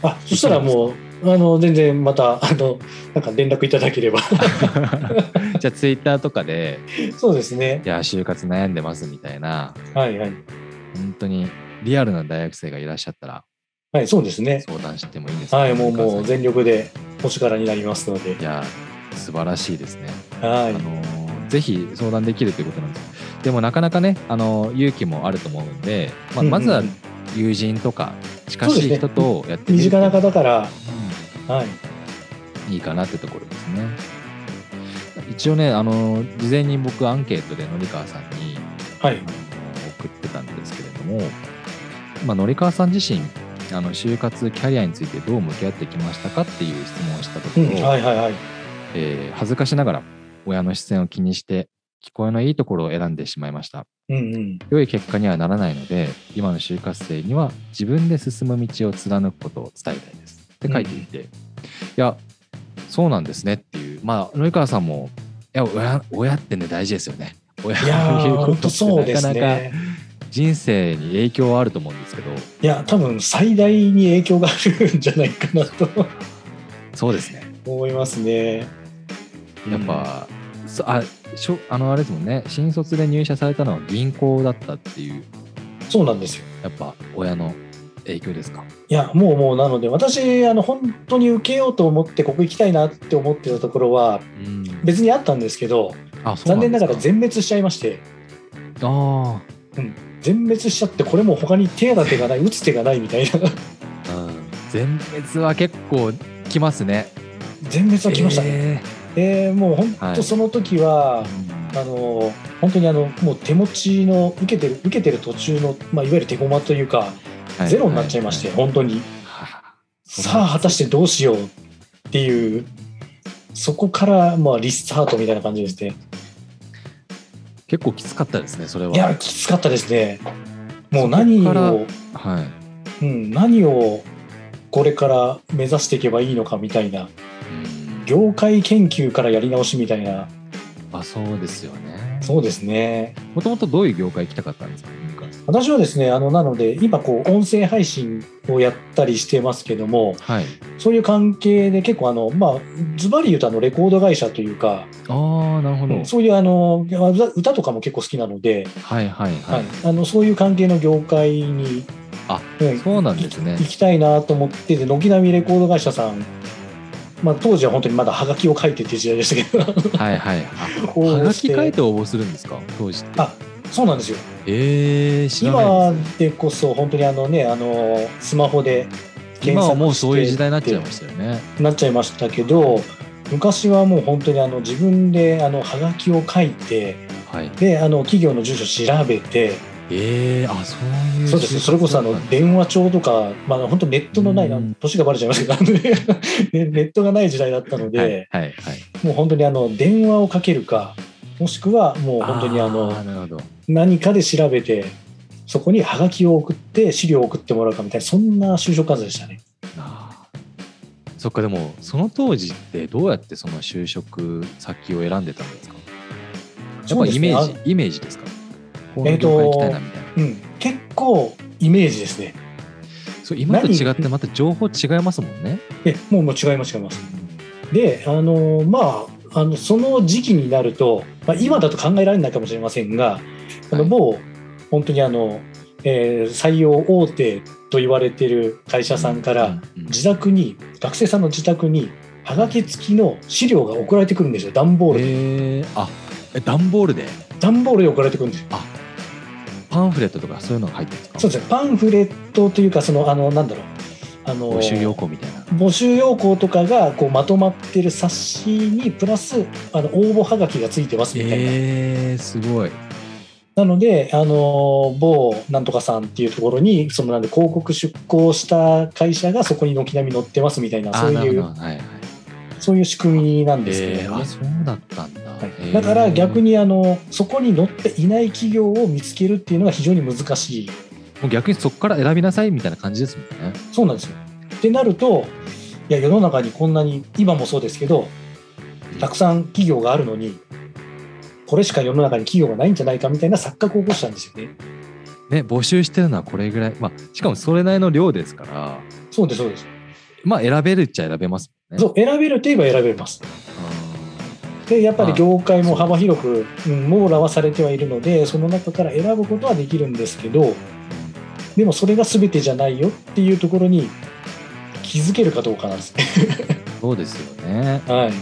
[SPEAKER 2] あそしたらもうあの全然またあのなんか連絡いただければ
[SPEAKER 1] じゃあツイッターとかで
[SPEAKER 2] そうです
[SPEAKER 1] 「
[SPEAKER 2] ね
[SPEAKER 1] いや就活悩んでます」みたいな
[SPEAKER 2] はいはい
[SPEAKER 1] 本当にリアルな大学生がいらっしゃったら
[SPEAKER 2] はいそうですね
[SPEAKER 1] 相談してもいいですか
[SPEAKER 2] はいもうもう
[SPEAKER 1] 全
[SPEAKER 2] 全力でお力になりますので
[SPEAKER 1] いや素晴らしいですね、
[SPEAKER 2] は
[SPEAKER 1] あ
[SPEAKER 2] い
[SPEAKER 1] のーぜひ相談できるということなんですでもなかなかね、あのー勇気もあると思うんで、まあ、まずは
[SPEAKER 2] うんうんうん
[SPEAKER 1] 友人とか近しい人とやって
[SPEAKER 2] 身
[SPEAKER 1] みる
[SPEAKER 2] 近な方から
[SPEAKER 1] う
[SPEAKER 2] はい
[SPEAKER 1] んいいかなってところですね一応ね、あのー事前に僕アンケートで紀川さんに
[SPEAKER 2] はい
[SPEAKER 1] あの送ってたんですけれども、まあ、紀川さん自身あの就活キャリアについてどう向き合ってきましたかっていう質問をしたとこ
[SPEAKER 2] う
[SPEAKER 1] ろ、
[SPEAKER 2] んはいはいはい
[SPEAKER 1] えー恥ずかしながら親の視線を気にして聞こえのいいところを選んでしまいました
[SPEAKER 2] うんうん
[SPEAKER 1] 良い結果にはならないので今の就活生には自分で進む道を貫くことを伝えたいですって書いていて、いやそうなんですねっていうまあ紀川さんもいや親親ってね大事ですよね親
[SPEAKER 2] いや
[SPEAKER 1] の言う
[SPEAKER 2] ー
[SPEAKER 1] こ
[SPEAKER 2] 本
[SPEAKER 1] と
[SPEAKER 2] 当
[SPEAKER 1] って
[SPEAKER 2] そうです
[SPEAKER 1] なかなか
[SPEAKER 2] ね
[SPEAKER 1] 人生に影響はあると思うんですけど
[SPEAKER 2] いや多分最大に影響があるんじゃないかなと
[SPEAKER 1] そうですね
[SPEAKER 2] 思いますね。
[SPEAKER 1] やっぱ、そあしょあのあれですもんね新卒で入社されたのは銀行だったっていう
[SPEAKER 2] うんそうなんですよ。
[SPEAKER 1] やっぱ親の影響ですか
[SPEAKER 2] いやもうもうなので私あの本当に受けようと思ってここ行きたいなって思ってたところは
[SPEAKER 1] うん
[SPEAKER 2] 別にあったんですけど
[SPEAKER 1] あそう
[SPEAKER 2] 残念ながら
[SPEAKER 1] ですか
[SPEAKER 2] 全滅しちゃいまして
[SPEAKER 1] あ
[SPEAKER 2] 全滅しちゃってこれもう他に手立て がない打つ手がないみたいな
[SPEAKER 1] あ、うん、全滅は結構きますね
[SPEAKER 2] 全滅は来ましたね。
[SPEAKER 1] え
[SPEAKER 2] でもう
[SPEAKER 1] は
[SPEAKER 2] 本
[SPEAKER 1] い
[SPEAKER 2] 当その時は、あの本当にあのもう手持ちの受けてる受けてる途中の、まあ、いわゆる手駒というか、ゼロになっちゃいまして、本当にさあ果たしてどうしようっていうそこからまあリスタートみたいな感じですね
[SPEAKER 1] 結構きつかったですねそれはい
[SPEAKER 2] やきつかったですねもう何
[SPEAKER 1] そこから
[SPEAKER 2] を、
[SPEAKER 1] はい
[SPEAKER 2] うん、何をこれから目指していけばいいのかみたいな
[SPEAKER 1] うん
[SPEAKER 2] 業界研究からやり直しみたいな
[SPEAKER 1] あそうですよね
[SPEAKER 2] そうですね
[SPEAKER 1] もともとどういう業界行きたかったんですか三川さん
[SPEAKER 2] 私はですねあのなので今こう音声配信をやったりしてますけども
[SPEAKER 1] はい
[SPEAKER 2] そういう関係で結構あのまあズバリ言うとあのレコード会社というか
[SPEAKER 1] ああなるほど、
[SPEAKER 2] そういうあの歌歌とかも結構好きなので、
[SPEAKER 1] はいはいは
[SPEAKER 2] はいい、あのそういう関係の業界に
[SPEAKER 1] あ
[SPEAKER 2] うん
[SPEAKER 1] そうなんですね
[SPEAKER 2] 行きたいなと思ってて軒並みレコード会社さんまあ、当時は本当にまだハガキを書いてっていう時代でした けど
[SPEAKER 1] はいはい。
[SPEAKER 2] 応募
[SPEAKER 1] はが
[SPEAKER 2] して
[SPEAKER 1] き書いて応募するんですか当時って。
[SPEAKER 2] あそうなんですよ
[SPEAKER 1] えー、知らな
[SPEAKER 2] 今
[SPEAKER 1] いです。
[SPEAKER 2] でこそ本当にあのねあのスマホで
[SPEAKER 1] 今はもうそういう時代になっちゃいま
[SPEAKER 2] し
[SPEAKER 1] したよね。
[SPEAKER 2] たなっちゃいましたけど昔はもう本当にあの自分であのハガキを書いて
[SPEAKER 1] はい。
[SPEAKER 2] であの企業の住所調べて
[SPEAKER 1] えー、あ、そういう。
[SPEAKER 2] そうですねそれこそあの電話帳とか、まあ、本当ネットのない、
[SPEAKER 1] うん
[SPEAKER 2] 年がバレちゃいましたけど、 ね、ネットがない時代だったので、
[SPEAKER 1] はいはいはい。
[SPEAKER 2] もう本当にあの電話をかけるかもしくはもう本当にあの
[SPEAKER 1] ーなるほど。
[SPEAKER 2] 何かで調べてそこにハガキを送って資料を送ってもらうかみたいなそんな就職活動でしたね。
[SPEAKER 1] あーそっかでもその当時ってどうやってその就職先を選んでたんですかやっ
[SPEAKER 2] そう
[SPEAKER 1] ぱ
[SPEAKER 2] ですね
[SPEAKER 1] イメー
[SPEAKER 2] あ
[SPEAKER 1] ジ、イメージですかこ
[SPEAKER 2] え
[SPEAKER 1] の
[SPEAKER 2] ーと
[SPEAKER 1] 業界行きたいなみたいな、
[SPEAKER 2] うん、結構イメージですね。
[SPEAKER 1] そう今と違っ
[SPEAKER 2] 何
[SPEAKER 1] てまた情報違いますもんね
[SPEAKER 2] えもうもう違います違います。であのまああのその時期になると、まあ、今だと考えられないかもしれませんが、あの
[SPEAKER 1] はい
[SPEAKER 2] 某本当にあの、えー採用大手と言われてる会社さんから、
[SPEAKER 1] うん
[SPEAKER 2] 自宅に学生さんの自宅にはがき付きの資料が送られてくるんですよ段ボールで
[SPEAKER 1] えー、あえ段ボールで
[SPEAKER 2] 段ボールで送られてくるんですよ
[SPEAKER 1] パンフレットとかそういうのが入ってるんですか
[SPEAKER 2] そうですねパンフレットというかそのあのなんだろうあの
[SPEAKER 1] 募集要項みたいな
[SPEAKER 2] 募集要項とかがこうまとまってる冊子にプラスあの応募はがきがついてますみたいな、
[SPEAKER 1] えー、すごい
[SPEAKER 2] なのであの某なんとかさんっていうところにそのなんで広告出稿した会社がそこに軒並み載ってますみたいな
[SPEAKER 1] あ
[SPEAKER 2] そ
[SPEAKER 1] ー
[SPEAKER 2] う
[SPEAKER 1] なる
[SPEAKER 2] い
[SPEAKER 1] ほど
[SPEAKER 2] う
[SPEAKER 1] はいはい
[SPEAKER 2] そういう仕組みなんですけれ
[SPEAKER 1] え
[SPEAKER 2] ど
[SPEAKER 1] ー、
[SPEAKER 2] も、
[SPEAKER 1] あそうだったんだ、
[SPEAKER 2] はい
[SPEAKER 1] えー
[SPEAKER 2] だから逆にあのそこに載っていない企業を見つけるっていうのが非常に難しい
[SPEAKER 1] もう逆にそこから選びなさいみたいな感じですもんね
[SPEAKER 2] そうなんですよ。ってなるといや世の中にこんなに今もそうですけどたくさん企業があるのにこれしか世の中に企業がないんじゃないかみたいな錯覚を起こしたんですよね。
[SPEAKER 1] ね、募集してるのはこれぐらい、まあ、しかもそれなりの量ですから、
[SPEAKER 2] そうですそうです。
[SPEAKER 1] まあ、選べるっちゃ選べますもんね。
[SPEAKER 2] そう選べるといえば選べます。でやっぱり業界も幅広く、うん、網羅はされてはいるのでその中から選ぶことはできるんですけどでもそれが全てじゃないよっていうところに気づけるかどうかなんですね。
[SPEAKER 1] うんそうですよね、
[SPEAKER 2] はい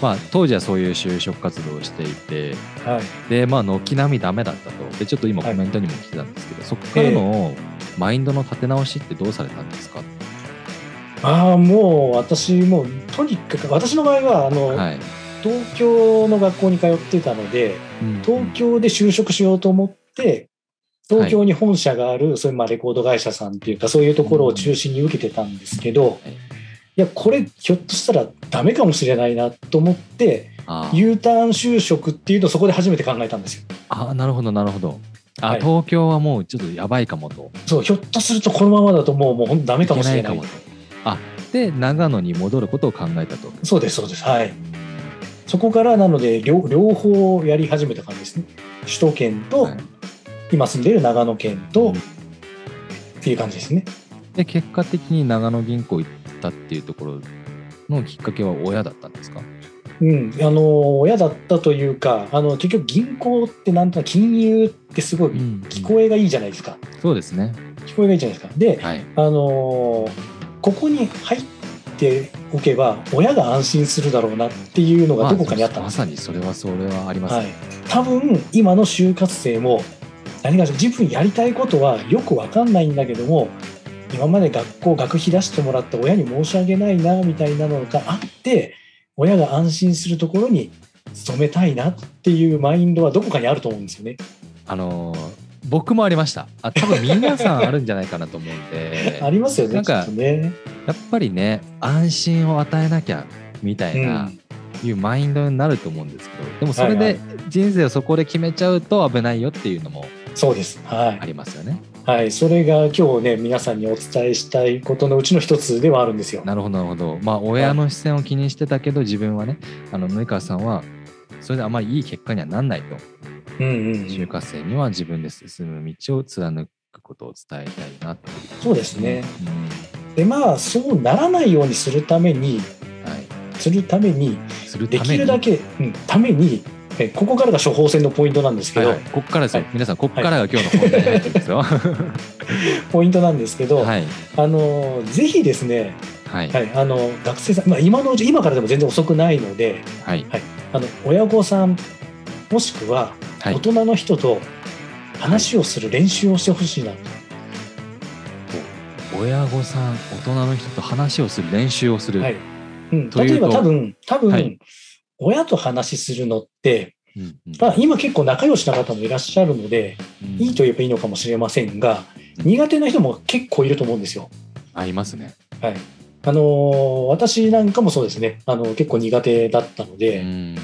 [SPEAKER 1] まあ、当時はそういう就職活動をしていて
[SPEAKER 2] はい
[SPEAKER 1] で、まあ、軒並みダメだったとでちょっと今コメントにも来てたんですけど、そこからのマインドの立て直しってどうされたんですか、
[SPEAKER 2] ああもう私もうとにかく私の場合はあの、
[SPEAKER 1] はい
[SPEAKER 2] 東京の学校に通ってたので
[SPEAKER 1] うん
[SPEAKER 2] 東京で就職しようと思って東京に本社がある、そういうまあレコード会社さんっていうかそういうところを中心に受けてたんですけど、
[SPEAKER 1] い
[SPEAKER 2] いやこれひょっとしたらダメかもしれないなと思って
[SPEAKER 1] あー
[SPEAKER 2] U ターン就職っていうのをそこで初めて考えたんですよ。
[SPEAKER 1] あーなるほどなるほどあ、
[SPEAKER 2] はい
[SPEAKER 1] 東京はもうちょっとやばいかもと
[SPEAKER 2] そうひょっとするとこのままだともうもう本当ダメかもしれない
[SPEAKER 1] けとあで長野に戻ることを考えたと
[SPEAKER 2] そうですそうですはいそこからなので両両方やり始めた感じですね首都圏と
[SPEAKER 1] はい
[SPEAKER 2] 今住んでる長野県と、
[SPEAKER 1] うん
[SPEAKER 2] っていう感じですね
[SPEAKER 1] で結果的に長野銀行行ったっていうところのきっかけは親だったんですか
[SPEAKER 2] うん、あの親だったというかあの結局銀行ってなんとなく金融ってすごい聞こえがいいじゃないですか、
[SPEAKER 1] そうですね
[SPEAKER 2] 聞こえがいいじゃないですかで、
[SPEAKER 1] はい
[SPEAKER 2] あのここに入っておけば親が安心するだろうなっていうのがどこかにあったん
[SPEAKER 1] ま
[SPEAKER 2] で
[SPEAKER 1] あ
[SPEAKER 2] す、
[SPEAKER 1] そうですまさにそれはそれはあります
[SPEAKER 2] は
[SPEAKER 1] ね、
[SPEAKER 2] い、多分今の就活生も何が自分やりたいことはよくわかんないんだけども今まで学校学費出してもらった親に申し訳ないなみたいなのがあって親が安心するところに勤めたいなっていうマインドはどこかにあると思うんですよね。
[SPEAKER 1] あのー僕もありましたあ多分皆さんあるんじゃないかなと思うんで
[SPEAKER 2] ありますよね。
[SPEAKER 1] なんか
[SPEAKER 2] きっとね、
[SPEAKER 1] やっぱりね安心を与えなきゃみたいな、いうマインドになると思うんですけどでもそれ
[SPEAKER 2] はい
[SPEAKER 1] で人生をそこで決めちゃうと危ないよっていうのも
[SPEAKER 2] うんそうです。はい
[SPEAKER 1] ありますよね、
[SPEAKER 2] はい、それが今日ね皆さんにお伝えしたいことのうちの一つではあるんですよ。
[SPEAKER 1] なるほどなるほどまあ親の視線を気にしてたけど自分はねあの宗川さんはそれであまりいい結果にはなんないと
[SPEAKER 2] うんうんうん
[SPEAKER 1] 就活生には自分で進む道を貫くことを伝えたいなっていう
[SPEAKER 2] そうですね。
[SPEAKER 1] うん
[SPEAKER 2] でまあそうならないようにするために
[SPEAKER 1] はい、
[SPEAKER 2] するために
[SPEAKER 1] する
[SPEAKER 2] で
[SPEAKER 1] ため
[SPEAKER 2] き
[SPEAKER 1] に
[SPEAKER 2] るだけうんためにえここからが処方箋のポイントなんですけ
[SPEAKER 1] はい
[SPEAKER 2] ど、
[SPEAKER 1] はい、ここからですよ、
[SPEAKER 2] は
[SPEAKER 1] 皆さんここからが今日の本題に入ってるんですよは
[SPEAKER 2] ポイントなんですけど、
[SPEAKER 1] い
[SPEAKER 2] あのぜひですね
[SPEAKER 1] はい
[SPEAKER 2] はい、あの学生さん、まあ、今のうち今からでも全然遅くないので
[SPEAKER 1] はい
[SPEAKER 2] あの親御さんもしくは
[SPEAKER 1] はい
[SPEAKER 2] 大人の人と話をする練習をしてほしいな、
[SPEAKER 1] 親御さん大人の人と話をする練習をする、
[SPEAKER 2] はいうん、
[SPEAKER 1] とい
[SPEAKER 2] 例
[SPEAKER 1] う
[SPEAKER 2] え
[SPEAKER 1] と
[SPEAKER 2] ば多分多分、
[SPEAKER 1] はい
[SPEAKER 2] 親と話しするのって、
[SPEAKER 1] うんうん
[SPEAKER 2] まあ、今結構仲良しな方もいらっしゃるので
[SPEAKER 1] うん
[SPEAKER 2] いいと言えばいいのかもしれませんが
[SPEAKER 1] うん
[SPEAKER 2] 苦手な人も結構いると思うんですよ。
[SPEAKER 1] ありますね、
[SPEAKER 2] はいあのー私なんかもそうですねあの結構苦手だったので、
[SPEAKER 1] うん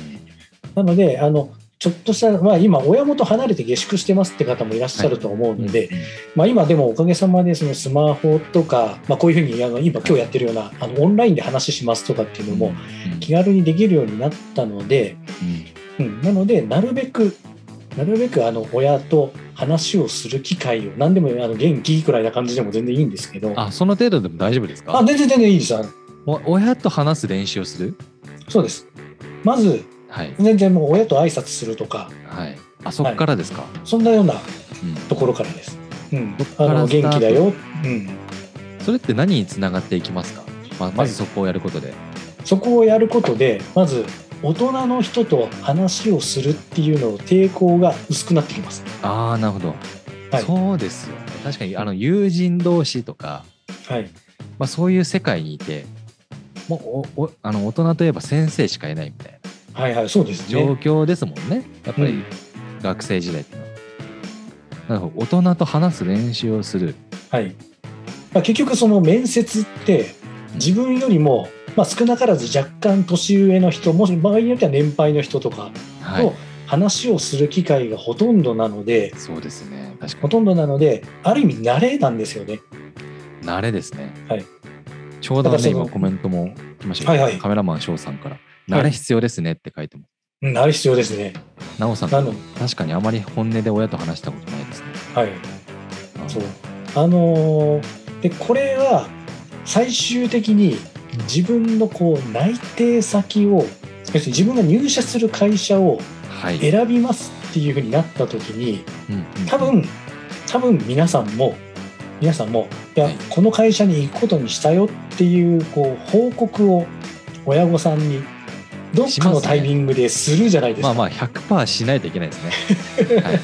[SPEAKER 2] なので、あの、ちょっとした、まあ今、親元離れて下宿してますって方もいらっしゃると思うので、まあ今でもおかげさまで、そのスマホとか、まあこういうふうに、あの、今今日やってるような、あの、オンラインで話しますとかっていうのも、
[SPEAKER 1] うん
[SPEAKER 2] 気軽にできるようになったので、
[SPEAKER 1] うん
[SPEAKER 2] うん、なので、なるべく、なるべくあの親と話をする機会を、何でもあの元気くらいな感じでも全然いいんですけど、あ
[SPEAKER 1] あその程度でも大丈夫ですか
[SPEAKER 2] 全然全然いいですあの
[SPEAKER 1] お親と話す練習をする
[SPEAKER 2] そうです。まず、
[SPEAKER 1] はい
[SPEAKER 2] 全然もう親と挨拶するとか、
[SPEAKER 1] はいあそこからですか、
[SPEAKER 2] そんなような
[SPEAKER 1] うん
[SPEAKER 2] ところからです。うん
[SPEAKER 1] そっ、か
[SPEAKER 2] あ
[SPEAKER 1] ら
[SPEAKER 2] の
[SPEAKER 1] スター
[SPEAKER 2] 元
[SPEAKER 1] ト
[SPEAKER 2] 気だよ、うん、
[SPEAKER 1] それって何につながっていきますかままずそこをやることで、
[SPEAKER 2] そこをやることでまず大人の人と話をするっていうのを抵抗が薄くなってきます。
[SPEAKER 1] ああなるほど、
[SPEAKER 2] はい
[SPEAKER 1] そうですよね確かにあの友人同士とか、
[SPEAKER 2] はい、
[SPEAKER 1] まあ、そういう世界にいてもうおおあの大人といえば先生しかいないみたいな
[SPEAKER 2] はい、はい、そうです
[SPEAKER 1] 状
[SPEAKER 2] ね。
[SPEAKER 1] 況ですもんねやっぱ
[SPEAKER 2] う
[SPEAKER 1] り
[SPEAKER 2] ん
[SPEAKER 1] 学生時代ってのは。なるほど大人と話す練習をする。
[SPEAKER 2] はい。まあ、結局その面接って自分よりもまあ少なからず若干年上の人もし場合によっては年配の人とか
[SPEAKER 1] は
[SPEAKER 2] と
[SPEAKER 1] い、
[SPEAKER 2] 話をする機会がほとんどなので、
[SPEAKER 1] そうですね確か
[SPEAKER 2] ほとんどなのである意味慣れなんですよね。
[SPEAKER 1] に慣れですね、
[SPEAKER 2] はい
[SPEAKER 1] ちょうど
[SPEAKER 2] だから
[SPEAKER 1] ね
[SPEAKER 2] その
[SPEAKER 1] 今コメントも来ましたけど、
[SPEAKER 2] はいはい
[SPEAKER 1] カメラマン翔さんから「
[SPEAKER 2] はい
[SPEAKER 1] 慣れ必要ですね」って書いても
[SPEAKER 2] うん、あれ必要ですね。
[SPEAKER 1] 奈緒さん
[SPEAKER 2] なの
[SPEAKER 1] 確かにあまり本音で親と話したことないですね
[SPEAKER 2] はい。
[SPEAKER 1] あー
[SPEAKER 2] そうあのーでこれは最終的に自分のこう内定先を要するに自分が入社する会社を
[SPEAKER 1] はい、
[SPEAKER 2] 選びますっていうふうになった時に
[SPEAKER 1] うんうんうん
[SPEAKER 2] 多分多分皆さんも皆さんもいや
[SPEAKER 1] はい
[SPEAKER 2] この会社に行くことにしたよっていうこう報告を親御さんにどっ
[SPEAKER 1] し
[SPEAKER 2] か
[SPEAKER 1] ます
[SPEAKER 2] の
[SPEAKER 1] ね
[SPEAKER 2] タイミングでするじゃないです
[SPEAKER 1] まあ
[SPEAKER 2] か。
[SPEAKER 1] まあ100%しないといけないですねはい、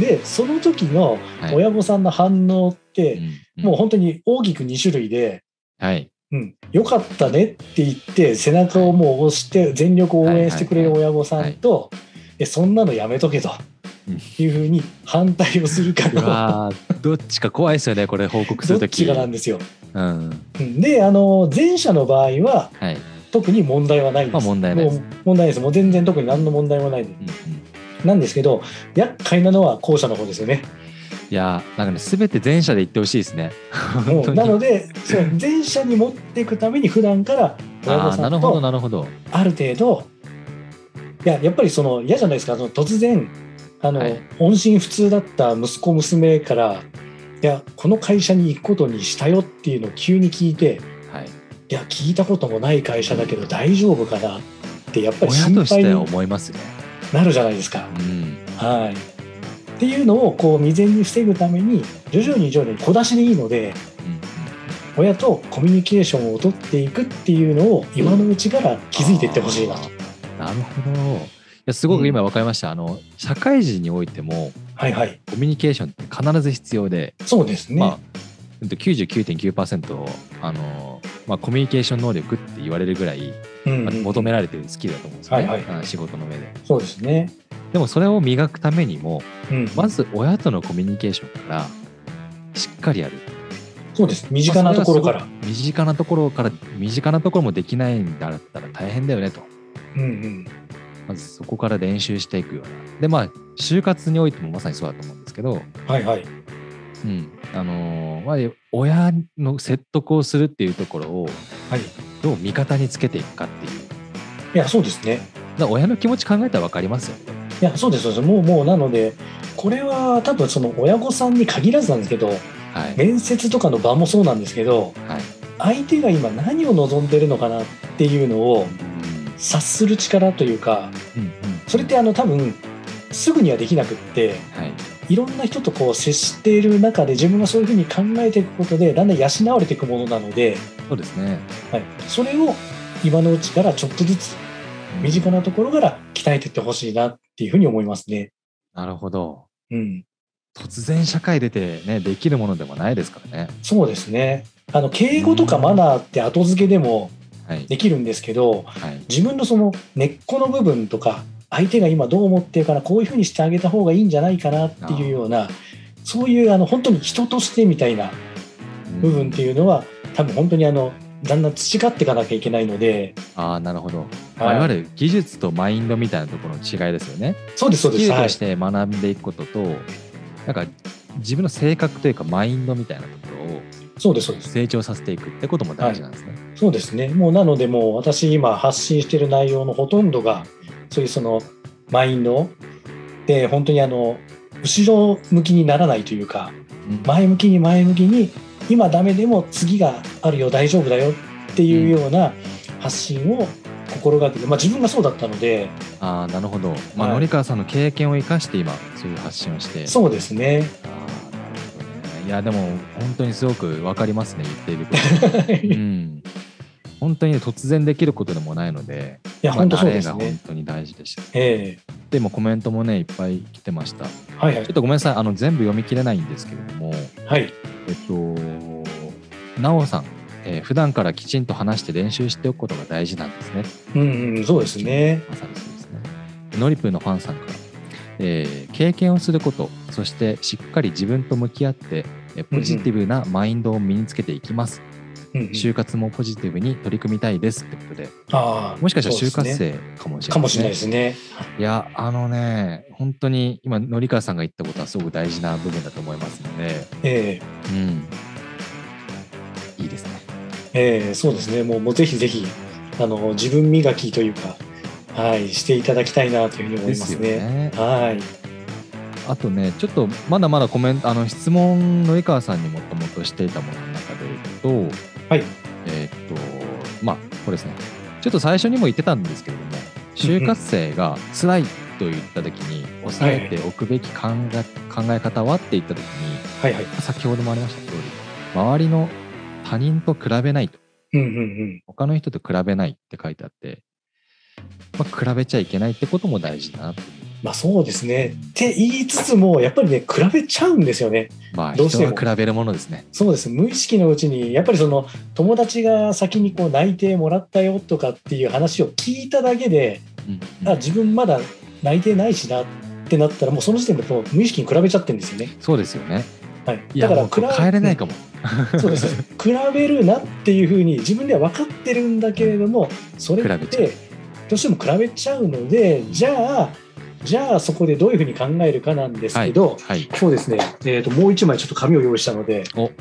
[SPEAKER 2] でその時の
[SPEAKER 1] はい
[SPEAKER 2] 親御さんの反応って
[SPEAKER 1] うん
[SPEAKER 2] もう本当に大きく2種類で。
[SPEAKER 1] はい
[SPEAKER 2] うん、よかったねって言って背中をもう押して全力を応援してくれる親御さんと、えそんなのやめとけと
[SPEAKER 1] うん
[SPEAKER 2] いうふうに反対をするか
[SPEAKER 1] う
[SPEAKER 2] の
[SPEAKER 1] わーどっちか怖いですよねこれ報告す
[SPEAKER 2] ど
[SPEAKER 1] る
[SPEAKER 2] っ
[SPEAKER 1] と
[SPEAKER 2] ち
[SPEAKER 1] き
[SPEAKER 2] かなんですよ。
[SPEAKER 1] うん
[SPEAKER 2] うんであの前者の場合は
[SPEAKER 1] はい
[SPEAKER 2] 特に問題はないんです。
[SPEAKER 1] まあ問題ないです
[SPEAKER 2] もう問題ないです。もう全然特に何の問題もない
[SPEAKER 1] う
[SPEAKER 2] で
[SPEAKER 1] んうん
[SPEAKER 2] なんですけど厄介なのは後者の方です よね。
[SPEAKER 1] いやーなんかね全て前者で言ってほしいですね本
[SPEAKER 2] う
[SPEAKER 1] 当
[SPEAKER 2] ん
[SPEAKER 1] に
[SPEAKER 2] なのでそう前者に持っていくために普段から親
[SPEAKER 1] あ
[SPEAKER 2] 御
[SPEAKER 1] あ
[SPEAKER 2] さ
[SPEAKER 1] なる
[SPEAKER 2] ん
[SPEAKER 1] ほ
[SPEAKER 2] と
[SPEAKER 1] どなるほど
[SPEAKER 2] ある程度いややっぱりその嫌じゃないですかその突然あの、
[SPEAKER 1] はい
[SPEAKER 2] 音信不通だった息子娘からいやこの会社に行くことにしたよっていうのを急に聞いて
[SPEAKER 1] はい
[SPEAKER 2] いや聞いたこともない会社だけど大丈夫かなってやっぱり
[SPEAKER 1] 親
[SPEAKER 2] 心
[SPEAKER 1] とし
[SPEAKER 2] 配
[SPEAKER 1] て
[SPEAKER 2] に
[SPEAKER 1] 思いますね
[SPEAKER 2] なるじゃないですか。
[SPEAKER 1] うん
[SPEAKER 2] はいっていうのをこう未然に防ぐために徐々に徐々に小出しでいいので
[SPEAKER 1] うん
[SPEAKER 2] 親とコミュニケーションを取っていくっていうのを今のうちから気づいていってほしいなと。
[SPEAKER 1] うんなるほどいやすごく今分かりました、あの社会人においても
[SPEAKER 2] はいはい、
[SPEAKER 1] コミュニケーションって必ず必要で、
[SPEAKER 2] そうですね、
[SPEAKER 1] まあうんと99.9%あの、まあ、コミュニケーション能力って言われるぐらい、
[SPEAKER 2] うん
[SPEAKER 1] まあ
[SPEAKER 2] うん
[SPEAKER 1] 求められてるスキルだと思うんですよね、
[SPEAKER 2] はいは
[SPEAKER 1] あ仕事の上で
[SPEAKER 2] そうですね。
[SPEAKER 1] でもそれを磨くためにも
[SPEAKER 2] うん、
[SPEAKER 1] まず親とのコミュニケーションからしっかりやる
[SPEAKER 2] そうです。身近なところから。
[SPEAKER 1] まあそれはすごく身近なところから身近なところもできないんだったら大変だよねと
[SPEAKER 2] うんうん。
[SPEAKER 1] まずそこから練習していくようなでまあ就活においてもまさにそうだと思うんですけど、
[SPEAKER 2] はいはい。
[SPEAKER 1] うんあのーまあ、親の説得をするっていうところを
[SPEAKER 2] はい。
[SPEAKER 1] どう味方につけていくかっていうだか
[SPEAKER 2] いや、そうですね。
[SPEAKER 1] ら親の気持ち考えたら分かりますよね
[SPEAKER 2] いや、そうです。そうですもう、もう、なので、これは多分その親御さんに限らずなんですけど、
[SPEAKER 1] はい、
[SPEAKER 2] 面接とかの場もそうなんですけど、
[SPEAKER 1] はい
[SPEAKER 2] 相手が今何を望んでるのかなっていうのを察する力というか、
[SPEAKER 1] うんうん
[SPEAKER 2] それってあの多分、すぐにはできなくって、
[SPEAKER 1] はい
[SPEAKER 2] いろんな人とこう接している中で自分がそういうふうに考えていくことでだんだん養われていくものなので、
[SPEAKER 1] そうですね。
[SPEAKER 2] はい、それを今のうちからちょっとずつ身近なところから鍛えていってほしいなっていうふうに思いますね。
[SPEAKER 1] なるほど。
[SPEAKER 2] うん、
[SPEAKER 1] 突然社会出てね、できるものでもないですからね。
[SPEAKER 2] そうですねあの敬語とかマナーって後付けでも
[SPEAKER 1] はい。
[SPEAKER 2] できるんですけど
[SPEAKER 1] はい。
[SPEAKER 2] 自分のその根っこの部分とか相手が今どう思ってるからこういうふうにしてあげた方がいいんじゃないかなっていうようなそういうあの本当に人としてみたいな部分って
[SPEAKER 1] うん。
[SPEAKER 2] いうのは多分本当にあのだんだん培っていかなきゃいけないので、
[SPEAKER 1] ああ、なるほど。まあいわ
[SPEAKER 2] はい、
[SPEAKER 1] ゆる技術とマインドみたいなところの違いですよね。
[SPEAKER 2] そうですそう
[SPEAKER 1] ス
[SPEAKER 2] で
[SPEAKER 1] キ
[SPEAKER 2] す、
[SPEAKER 1] ル
[SPEAKER 2] は
[SPEAKER 1] と
[SPEAKER 2] い
[SPEAKER 1] し、て学んでいくことと、なんか自分の性格というかマインドみたいなところを
[SPEAKER 2] そうですそうです
[SPEAKER 1] 成長させていくってことも大事なんですね。
[SPEAKER 2] そうですねもうなのでもう私今発信してる内容のほとんどがそういうそのマインドで本当にあの後ろ向きにならないというか
[SPEAKER 1] うん
[SPEAKER 2] 前向きに前向きに今ダメでも次があるよ大丈夫だよっていうような発信を心がけて、まあ、自分がそうだったので
[SPEAKER 1] ああ、なるほど。まあ、
[SPEAKER 2] はい
[SPEAKER 1] 森川さんの経験を生かして今、そういう発信をして。
[SPEAKER 2] そうですね
[SPEAKER 1] あーなるほどねいや、でも本当にすごくわかりますね、言っていること。うん、本当にね突然できることでもないので、
[SPEAKER 2] いや
[SPEAKER 1] まあ
[SPEAKER 2] 本当そうです
[SPEAKER 1] 慣れが本
[SPEAKER 2] ね、
[SPEAKER 1] 当に大事でした。
[SPEAKER 2] え
[SPEAKER 1] でもコメントもね、いっぱい来てました。ち
[SPEAKER 2] えはいは
[SPEAKER 1] ょっ
[SPEAKER 2] い
[SPEAKER 1] とごめんなさい、あの全部読み切れないんですけれども、
[SPEAKER 2] はい
[SPEAKER 1] えっと、なおさん、えー普段からきちんと話して練習しておくことが大事なんですね。
[SPEAKER 2] うんうんそうですね
[SPEAKER 1] まさにそうですね。ノリプーのファンさんから、えー経験をすること、そしてしっかり自分と向き合って、えーポジティブなマインドを身につけていきます。
[SPEAKER 2] うんうん
[SPEAKER 1] 就活もポジティブに取り組みたいですってことで、
[SPEAKER 2] ああ
[SPEAKER 1] もしかしたら就
[SPEAKER 2] そう
[SPEAKER 1] 活
[SPEAKER 2] ですね
[SPEAKER 1] 生かもしれない、
[SPEAKER 2] かもしれないですね
[SPEAKER 1] いや、あのね、本当に今、のりかさんが言ったことはすごく大事な部分だと思いますので、
[SPEAKER 2] ええ
[SPEAKER 1] うん。いいですね。
[SPEAKER 2] ええそうですねもうもうぜひぜひあの自分磨きというかはいしていただきたいなというふうに思いますね
[SPEAKER 1] ですよね
[SPEAKER 2] はい
[SPEAKER 1] あとね、ちょっとまだまだコメント、あの質問、のりかさんにもともとしていたものの中で言うと、
[SPEAKER 2] はい
[SPEAKER 1] えーっと、まあ、これですね。ちょっと最初にも言ってたんですけれども、就活生が辛いと言った時に、抑えておくべき考え考え方はって言った時に、
[SPEAKER 2] はいはい
[SPEAKER 1] 先ほどもありました通り周りの他人と比べないと
[SPEAKER 2] うんうんうん
[SPEAKER 1] 他の人と比べないって書いてあって、まあ、比べちゃいけないってことも大事だなっていう
[SPEAKER 2] まあそうですねって言いつつもやっぱりね比べちゃうんですよね
[SPEAKER 1] まあ人
[SPEAKER 2] どうしても
[SPEAKER 1] は比べるものですね
[SPEAKER 2] そうです無意識のうちにやっぱりその友達が先にこう内定もらったよとかっていう話を聞いただけで
[SPEAKER 1] うん
[SPEAKER 2] あ自分まだ内定ないしなってなったらもうその時点でもう無意識に比べちゃってるんですよね、
[SPEAKER 1] そうですよね
[SPEAKER 2] はい、
[SPEAKER 1] いやもう
[SPEAKER 2] 比べ
[SPEAKER 1] 帰れないかも、
[SPEAKER 2] そうですね比べるなっていうふうに自分では分かってるんだけれどもそれ
[SPEAKER 1] 比
[SPEAKER 2] っ
[SPEAKER 1] べちゃう
[SPEAKER 2] てどうしても比べちゃうのでじゃあじゃあそこでどういうふうに考えるかなんです
[SPEAKER 1] は
[SPEAKER 2] け
[SPEAKER 1] い
[SPEAKER 2] ど、
[SPEAKER 1] はい
[SPEAKER 2] そうですね、えー、ともう一枚ちょっと紙を用意したので、
[SPEAKER 1] お
[SPEAKER 2] はい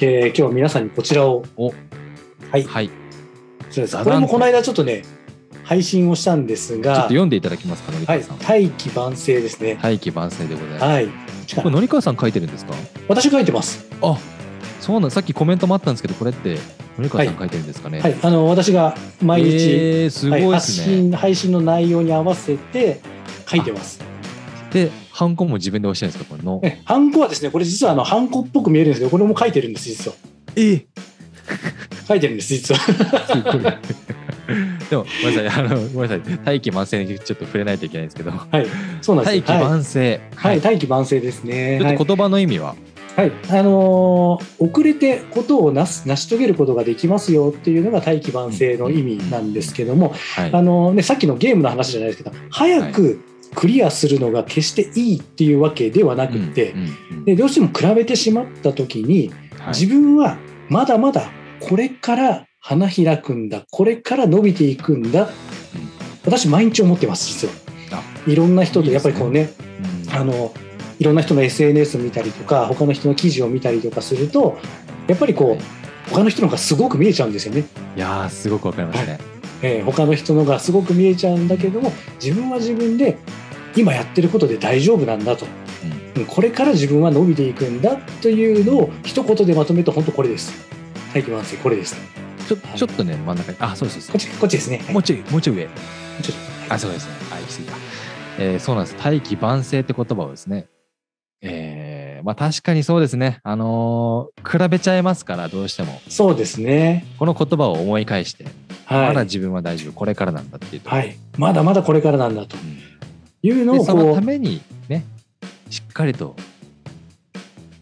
[SPEAKER 2] えー今日は皆さんにこちらを
[SPEAKER 1] お
[SPEAKER 2] はい
[SPEAKER 1] はい
[SPEAKER 2] そうです
[SPEAKER 1] 座談
[SPEAKER 2] これもこの間ちょっとね配信をしたんで
[SPEAKER 1] ち
[SPEAKER 2] す
[SPEAKER 1] ょっと
[SPEAKER 2] が
[SPEAKER 1] 読んでいただきますかのり
[SPEAKER 2] は
[SPEAKER 1] か
[SPEAKER 2] い
[SPEAKER 1] さん、
[SPEAKER 2] 大器晩成ですね
[SPEAKER 1] 大器晩成でございます
[SPEAKER 2] はい
[SPEAKER 1] これのりかさん書いてるんですか
[SPEAKER 2] 私書いてます
[SPEAKER 1] あそうなんさっきコメントもあったんですけどこれってのりかさん書いてるんですかね、
[SPEAKER 2] はいあの私が毎日、
[SPEAKER 1] えー、すご
[SPEAKER 2] はいい、
[SPEAKER 1] で
[SPEAKER 2] 発
[SPEAKER 1] すね、
[SPEAKER 2] 信配信の内容に合わせて書いてます。
[SPEAKER 1] でハンコも自分で押してるんですかこれの
[SPEAKER 2] えハンコはですね、これ実はあのハンコっぽく見えるんですけど、これも書いてるんです、実は。
[SPEAKER 1] え
[SPEAKER 2] 書いてるんです、実は。
[SPEAKER 1] すごい でもごめんなさいあのごめんなさい大気慢性にちょっと触れないといけないんですけど
[SPEAKER 2] そうなんです
[SPEAKER 1] 大
[SPEAKER 2] よ
[SPEAKER 1] 気
[SPEAKER 2] はい
[SPEAKER 1] 慢性
[SPEAKER 2] はい、
[SPEAKER 1] ち
[SPEAKER 2] 大器晩成ですね。
[SPEAKER 1] ょっと言葉の意味は、
[SPEAKER 2] はい、はいあのー遅れてことをなす成し遂げることができますよっていうのが大器晩成の意味なんですけども、
[SPEAKER 1] はい
[SPEAKER 2] あのーね、さっきのゲームの話じゃないですけど、早くクリアするのが決していいっていうわけではなくて、
[SPEAKER 1] うんうんうん
[SPEAKER 2] でどうしても比べてしまった時に、
[SPEAKER 1] はい
[SPEAKER 2] 自分はまだまだこれから花開くんだこれから伸びていくんだ、私毎日思ってます実は
[SPEAKER 1] あ
[SPEAKER 2] いろんな人と
[SPEAKER 1] いい
[SPEAKER 2] や
[SPEAKER 1] で
[SPEAKER 2] っ
[SPEAKER 1] す
[SPEAKER 2] ぱ
[SPEAKER 1] ね
[SPEAKER 2] りこうね
[SPEAKER 1] うん
[SPEAKER 2] あのいろんな人の SNS 見たりとか他の人の記事を見たりとかするとやっぱりこう、
[SPEAKER 1] はい
[SPEAKER 2] 他の人の方がすごく見えちゃうんですよね、
[SPEAKER 1] いやーすごくわかりますね、
[SPEAKER 2] えー他の人のがすごく見えちゃうんだけども自分は自分で今やってることで大丈夫なんだと、うんこれから自分は伸びていくんだというのを一言でまとめると本当これです大器晩成これです
[SPEAKER 1] ちょちょっとね真ん中にあそうですそ
[SPEAKER 2] こ
[SPEAKER 1] う
[SPEAKER 2] っ
[SPEAKER 1] で
[SPEAKER 2] ち、こっちですね。
[SPEAKER 1] すもうちょいもうちょい上
[SPEAKER 2] ちょっと
[SPEAKER 1] あそうですねあ行き過ぎた、えーそうなんです大気晩成って言葉をですねえーまあ確かにそうですね。あのー比べちゃいますから、どうしても。
[SPEAKER 2] そうですね。
[SPEAKER 1] この言葉を思い返して、まだ
[SPEAKER 2] はい。
[SPEAKER 1] 自分は大丈夫、これからなんだっていうところ。
[SPEAKER 2] はい。まだまだこれからなんだと
[SPEAKER 1] うん
[SPEAKER 2] いうの
[SPEAKER 1] で
[SPEAKER 2] を
[SPEAKER 1] その
[SPEAKER 2] こ
[SPEAKER 1] ためにねしっかりと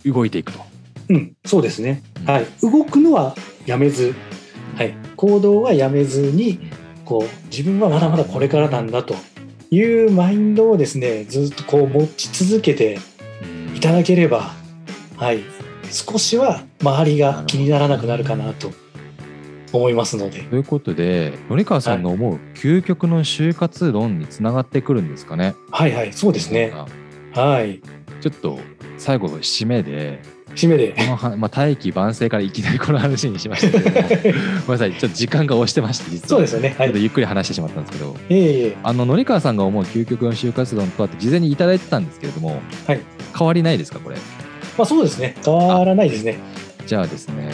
[SPEAKER 1] 動いていくと、
[SPEAKER 2] う、うん、そうですね。
[SPEAKER 1] うん
[SPEAKER 2] はい。動くのはやめず、はい。行動はやめずに、こう、自分はまだまだこれからなんだというマインドをですね、ずっとこう持ち続けて
[SPEAKER 1] うん
[SPEAKER 2] いただければ、はい。少しは周りが気にならなくなるかなと思いますので。
[SPEAKER 1] ということで森川さんの思う究極の就活論につながってくるんですかね。
[SPEAKER 2] はいはい、そうですね。
[SPEAKER 1] なんか
[SPEAKER 2] はい。
[SPEAKER 1] ちょっと最後締め で
[SPEAKER 2] 締めで
[SPEAKER 1] こ。のは、まあ、大器晩成からいきなりこの話にしました けれどもごめんなさいちょっと時間が押してまして実は
[SPEAKER 2] そうですよね。は
[SPEAKER 1] ちょっと
[SPEAKER 2] い。
[SPEAKER 1] ゆっくり話してしまったんですけど
[SPEAKER 2] ええいえ
[SPEAKER 1] あの森川さんが思う究極の就活論とはって事前にいただいてたんですけれども、
[SPEAKER 2] はい
[SPEAKER 1] 変わりないですかこれ。
[SPEAKER 2] まあそうですね。変わらないですね。
[SPEAKER 1] じゃあですね、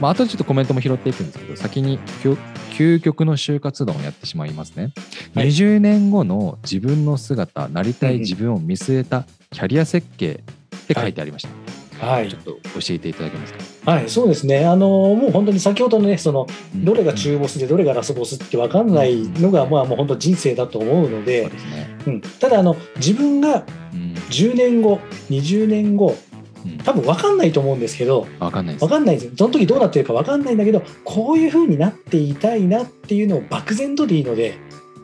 [SPEAKER 1] まあ後でちょっとコメントも拾っていくんですけど、先に究究極の就活論をやってしまいますね。
[SPEAKER 2] はい
[SPEAKER 1] 20年後の自分の姿、なりた
[SPEAKER 2] うん
[SPEAKER 1] い
[SPEAKER 2] うん
[SPEAKER 1] 自分を見据えたキャリア設計って書いてありました。
[SPEAKER 2] は
[SPEAKER 1] ち
[SPEAKER 2] い
[SPEAKER 1] ょっ。と教えていただけますか。
[SPEAKER 2] はい、そうですね。あの、もう本当に先ほどのね、その、
[SPEAKER 1] うん
[SPEAKER 2] どれが中ボスでどれがラスボスって分かんないのが、まあもう本当人生だと思うの
[SPEAKER 1] そう
[SPEAKER 2] で、
[SPEAKER 1] ですね。
[SPEAKER 2] うん、ただあの、自分が
[SPEAKER 1] うん
[SPEAKER 2] 10年後、20年後、
[SPEAKER 1] うん
[SPEAKER 2] 多分分かんないと思うんですけど、
[SPEAKER 1] わかんないです
[SPEAKER 2] 分。かんないですよ。その時どうなってるか分かんないんだけど、こういう風になっていたいなっていうのを漠然とでいいので、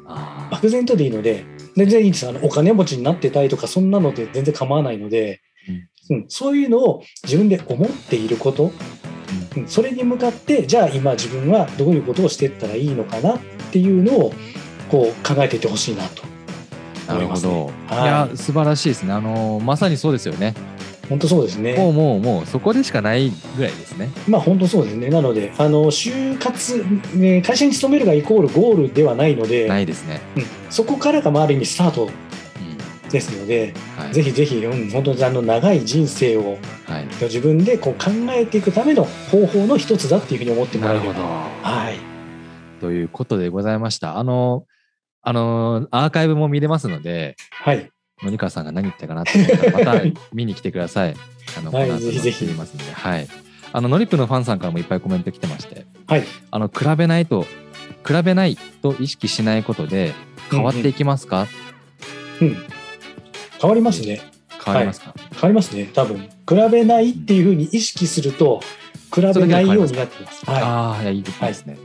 [SPEAKER 1] あー
[SPEAKER 2] 漠然とでいいので全然いいですあのお金持ちになってたいとかそんなので全然構わないので、うんそういうのを自分で思っていること、うんそれに向かってじゃあ今自分はどういうことをしていったらいいのかなっていうのをこう考えていってほしいなと
[SPEAKER 1] なるほど。い
[SPEAKER 2] はい
[SPEAKER 1] や、素晴らしいですね。あのまさにそうですよね。
[SPEAKER 2] 本当そうです
[SPEAKER 1] も
[SPEAKER 2] ね
[SPEAKER 1] うもうもうそこでしかないぐらいですね。
[SPEAKER 2] まあ本当そうですねなのであの就活、ね、会社に勤めるがイコールゴールではないので、
[SPEAKER 1] ないですね。
[SPEAKER 2] うんそこからがまあある意味スタート
[SPEAKER 1] うん
[SPEAKER 2] ですので、
[SPEAKER 1] はい
[SPEAKER 2] ぜひぜひ、うん、本当にあの長い人生を
[SPEAKER 1] はい。
[SPEAKER 2] 自分でこう考えていくための方法の一つだっていうふうに思っても
[SPEAKER 1] な
[SPEAKER 2] らえ
[SPEAKER 1] る
[SPEAKER 2] れ
[SPEAKER 1] ほど。
[SPEAKER 2] ば。はい。
[SPEAKER 1] ということでございました。あの、あの、アーカイブも見れますので、
[SPEAKER 2] はい。
[SPEAKER 1] 森川さんが何言ったかなって思 ったら、また見に来てください。あの、
[SPEAKER 2] はい
[SPEAKER 1] この後
[SPEAKER 2] ぜひぜひ
[SPEAKER 1] 見れますんで、はい。あの、ノリップのファンさんからもいっぱいコメント来てまして、
[SPEAKER 2] はい。
[SPEAKER 1] あの、比べないと、比べないと意識しないことで変わっていきますか、
[SPEAKER 2] うん。変わりますね。
[SPEAKER 1] 変わりますか、
[SPEAKER 2] 変わりますね。多分。比べないっていうふうに意識すると、比べないようになってます。は
[SPEAKER 1] ああ、いや、いいですね。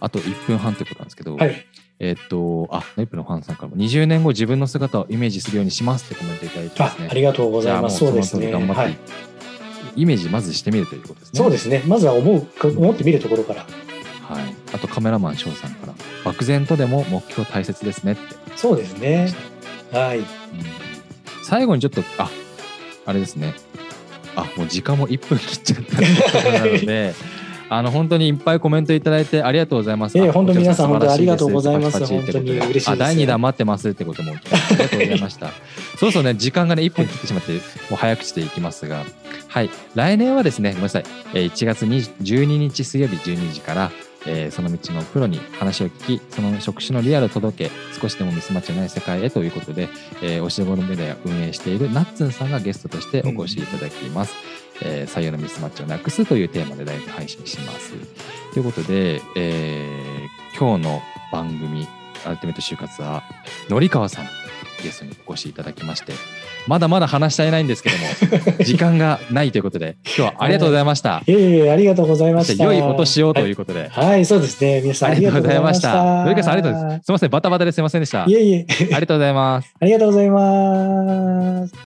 [SPEAKER 1] あと1分半ということなんですけど、
[SPEAKER 2] い。はい。
[SPEAKER 1] えっと、あ、ノリップのファンさんからも、20年後自分の姿をイメージするようにしますってコメントいただいてま
[SPEAKER 2] あ
[SPEAKER 1] すね。
[SPEAKER 2] ありがとうご
[SPEAKER 1] じゃ
[SPEAKER 2] ざい
[SPEAKER 1] あも
[SPEAKER 2] ます。そう
[SPEAKER 1] の
[SPEAKER 2] です
[SPEAKER 1] 通り
[SPEAKER 2] ね。
[SPEAKER 1] 頑張って、
[SPEAKER 2] はい。
[SPEAKER 1] イメージまずしてみるということですね。
[SPEAKER 2] そうですね。まずは思う、思ってみるところから。
[SPEAKER 1] はい。あとカメラマン翔さんから漠然とでも目標大切ですねって。
[SPEAKER 2] そうですね。はい。
[SPEAKER 1] 最後にちょっとああれですね。あもう時間も1分切っちゃったなので。 あの本当にいっぱいコメントいただいてありがとうございます。
[SPEAKER 2] いえ
[SPEAKER 1] あ
[SPEAKER 2] 本当
[SPEAKER 1] こちら
[SPEAKER 2] 皆さん
[SPEAKER 1] 素晴らしいです
[SPEAKER 2] 本当にありがとうございます
[SPEAKER 1] パチパチってこと
[SPEAKER 2] 本当に嬉しいです
[SPEAKER 1] あ第2弾待ってますってこともありがとうございま した。そうそうね時間がね1分切ってしまってもう早口でいきますが、はい来年はですねごめんなさい、えー1月20 12日水曜日12時から。えーその道のプロに話を聞きその職種のリアルを届け少しでもミスマッチのない世界へということで、えー、おしごろメディアを運営しているナッツンさんがゲストとしてお越しいただきます、えー採用のミスマッチをなくすというテーマでライブ配信しますということで、えー今日の番組アルティメット就活はのりかわさんゲストにお越しいただきましてまだまだ話し足りないんですけども時間がないということで今日はありがとうございました
[SPEAKER 2] いえいえ、ありがとうございま
[SPEAKER 1] そし
[SPEAKER 2] してた。
[SPEAKER 1] 良いことしようと
[SPEAKER 2] は
[SPEAKER 1] いう
[SPEAKER 2] い。
[SPEAKER 1] ことで、
[SPEAKER 2] はい、そうですね。皆さんありがとうございまし
[SPEAKER 1] あ
[SPEAKER 2] た。
[SPEAKER 1] りがとうございましたのりかさんありがとうございます。すみません、バタバタですいませんでした。あ
[SPEAKER 2] い
[SPEAKER 1] り
[SPEAKER 2] えいえ、
[SPEAKER 1] がとうございます。
[SPEAKER 2] ありがとうございます。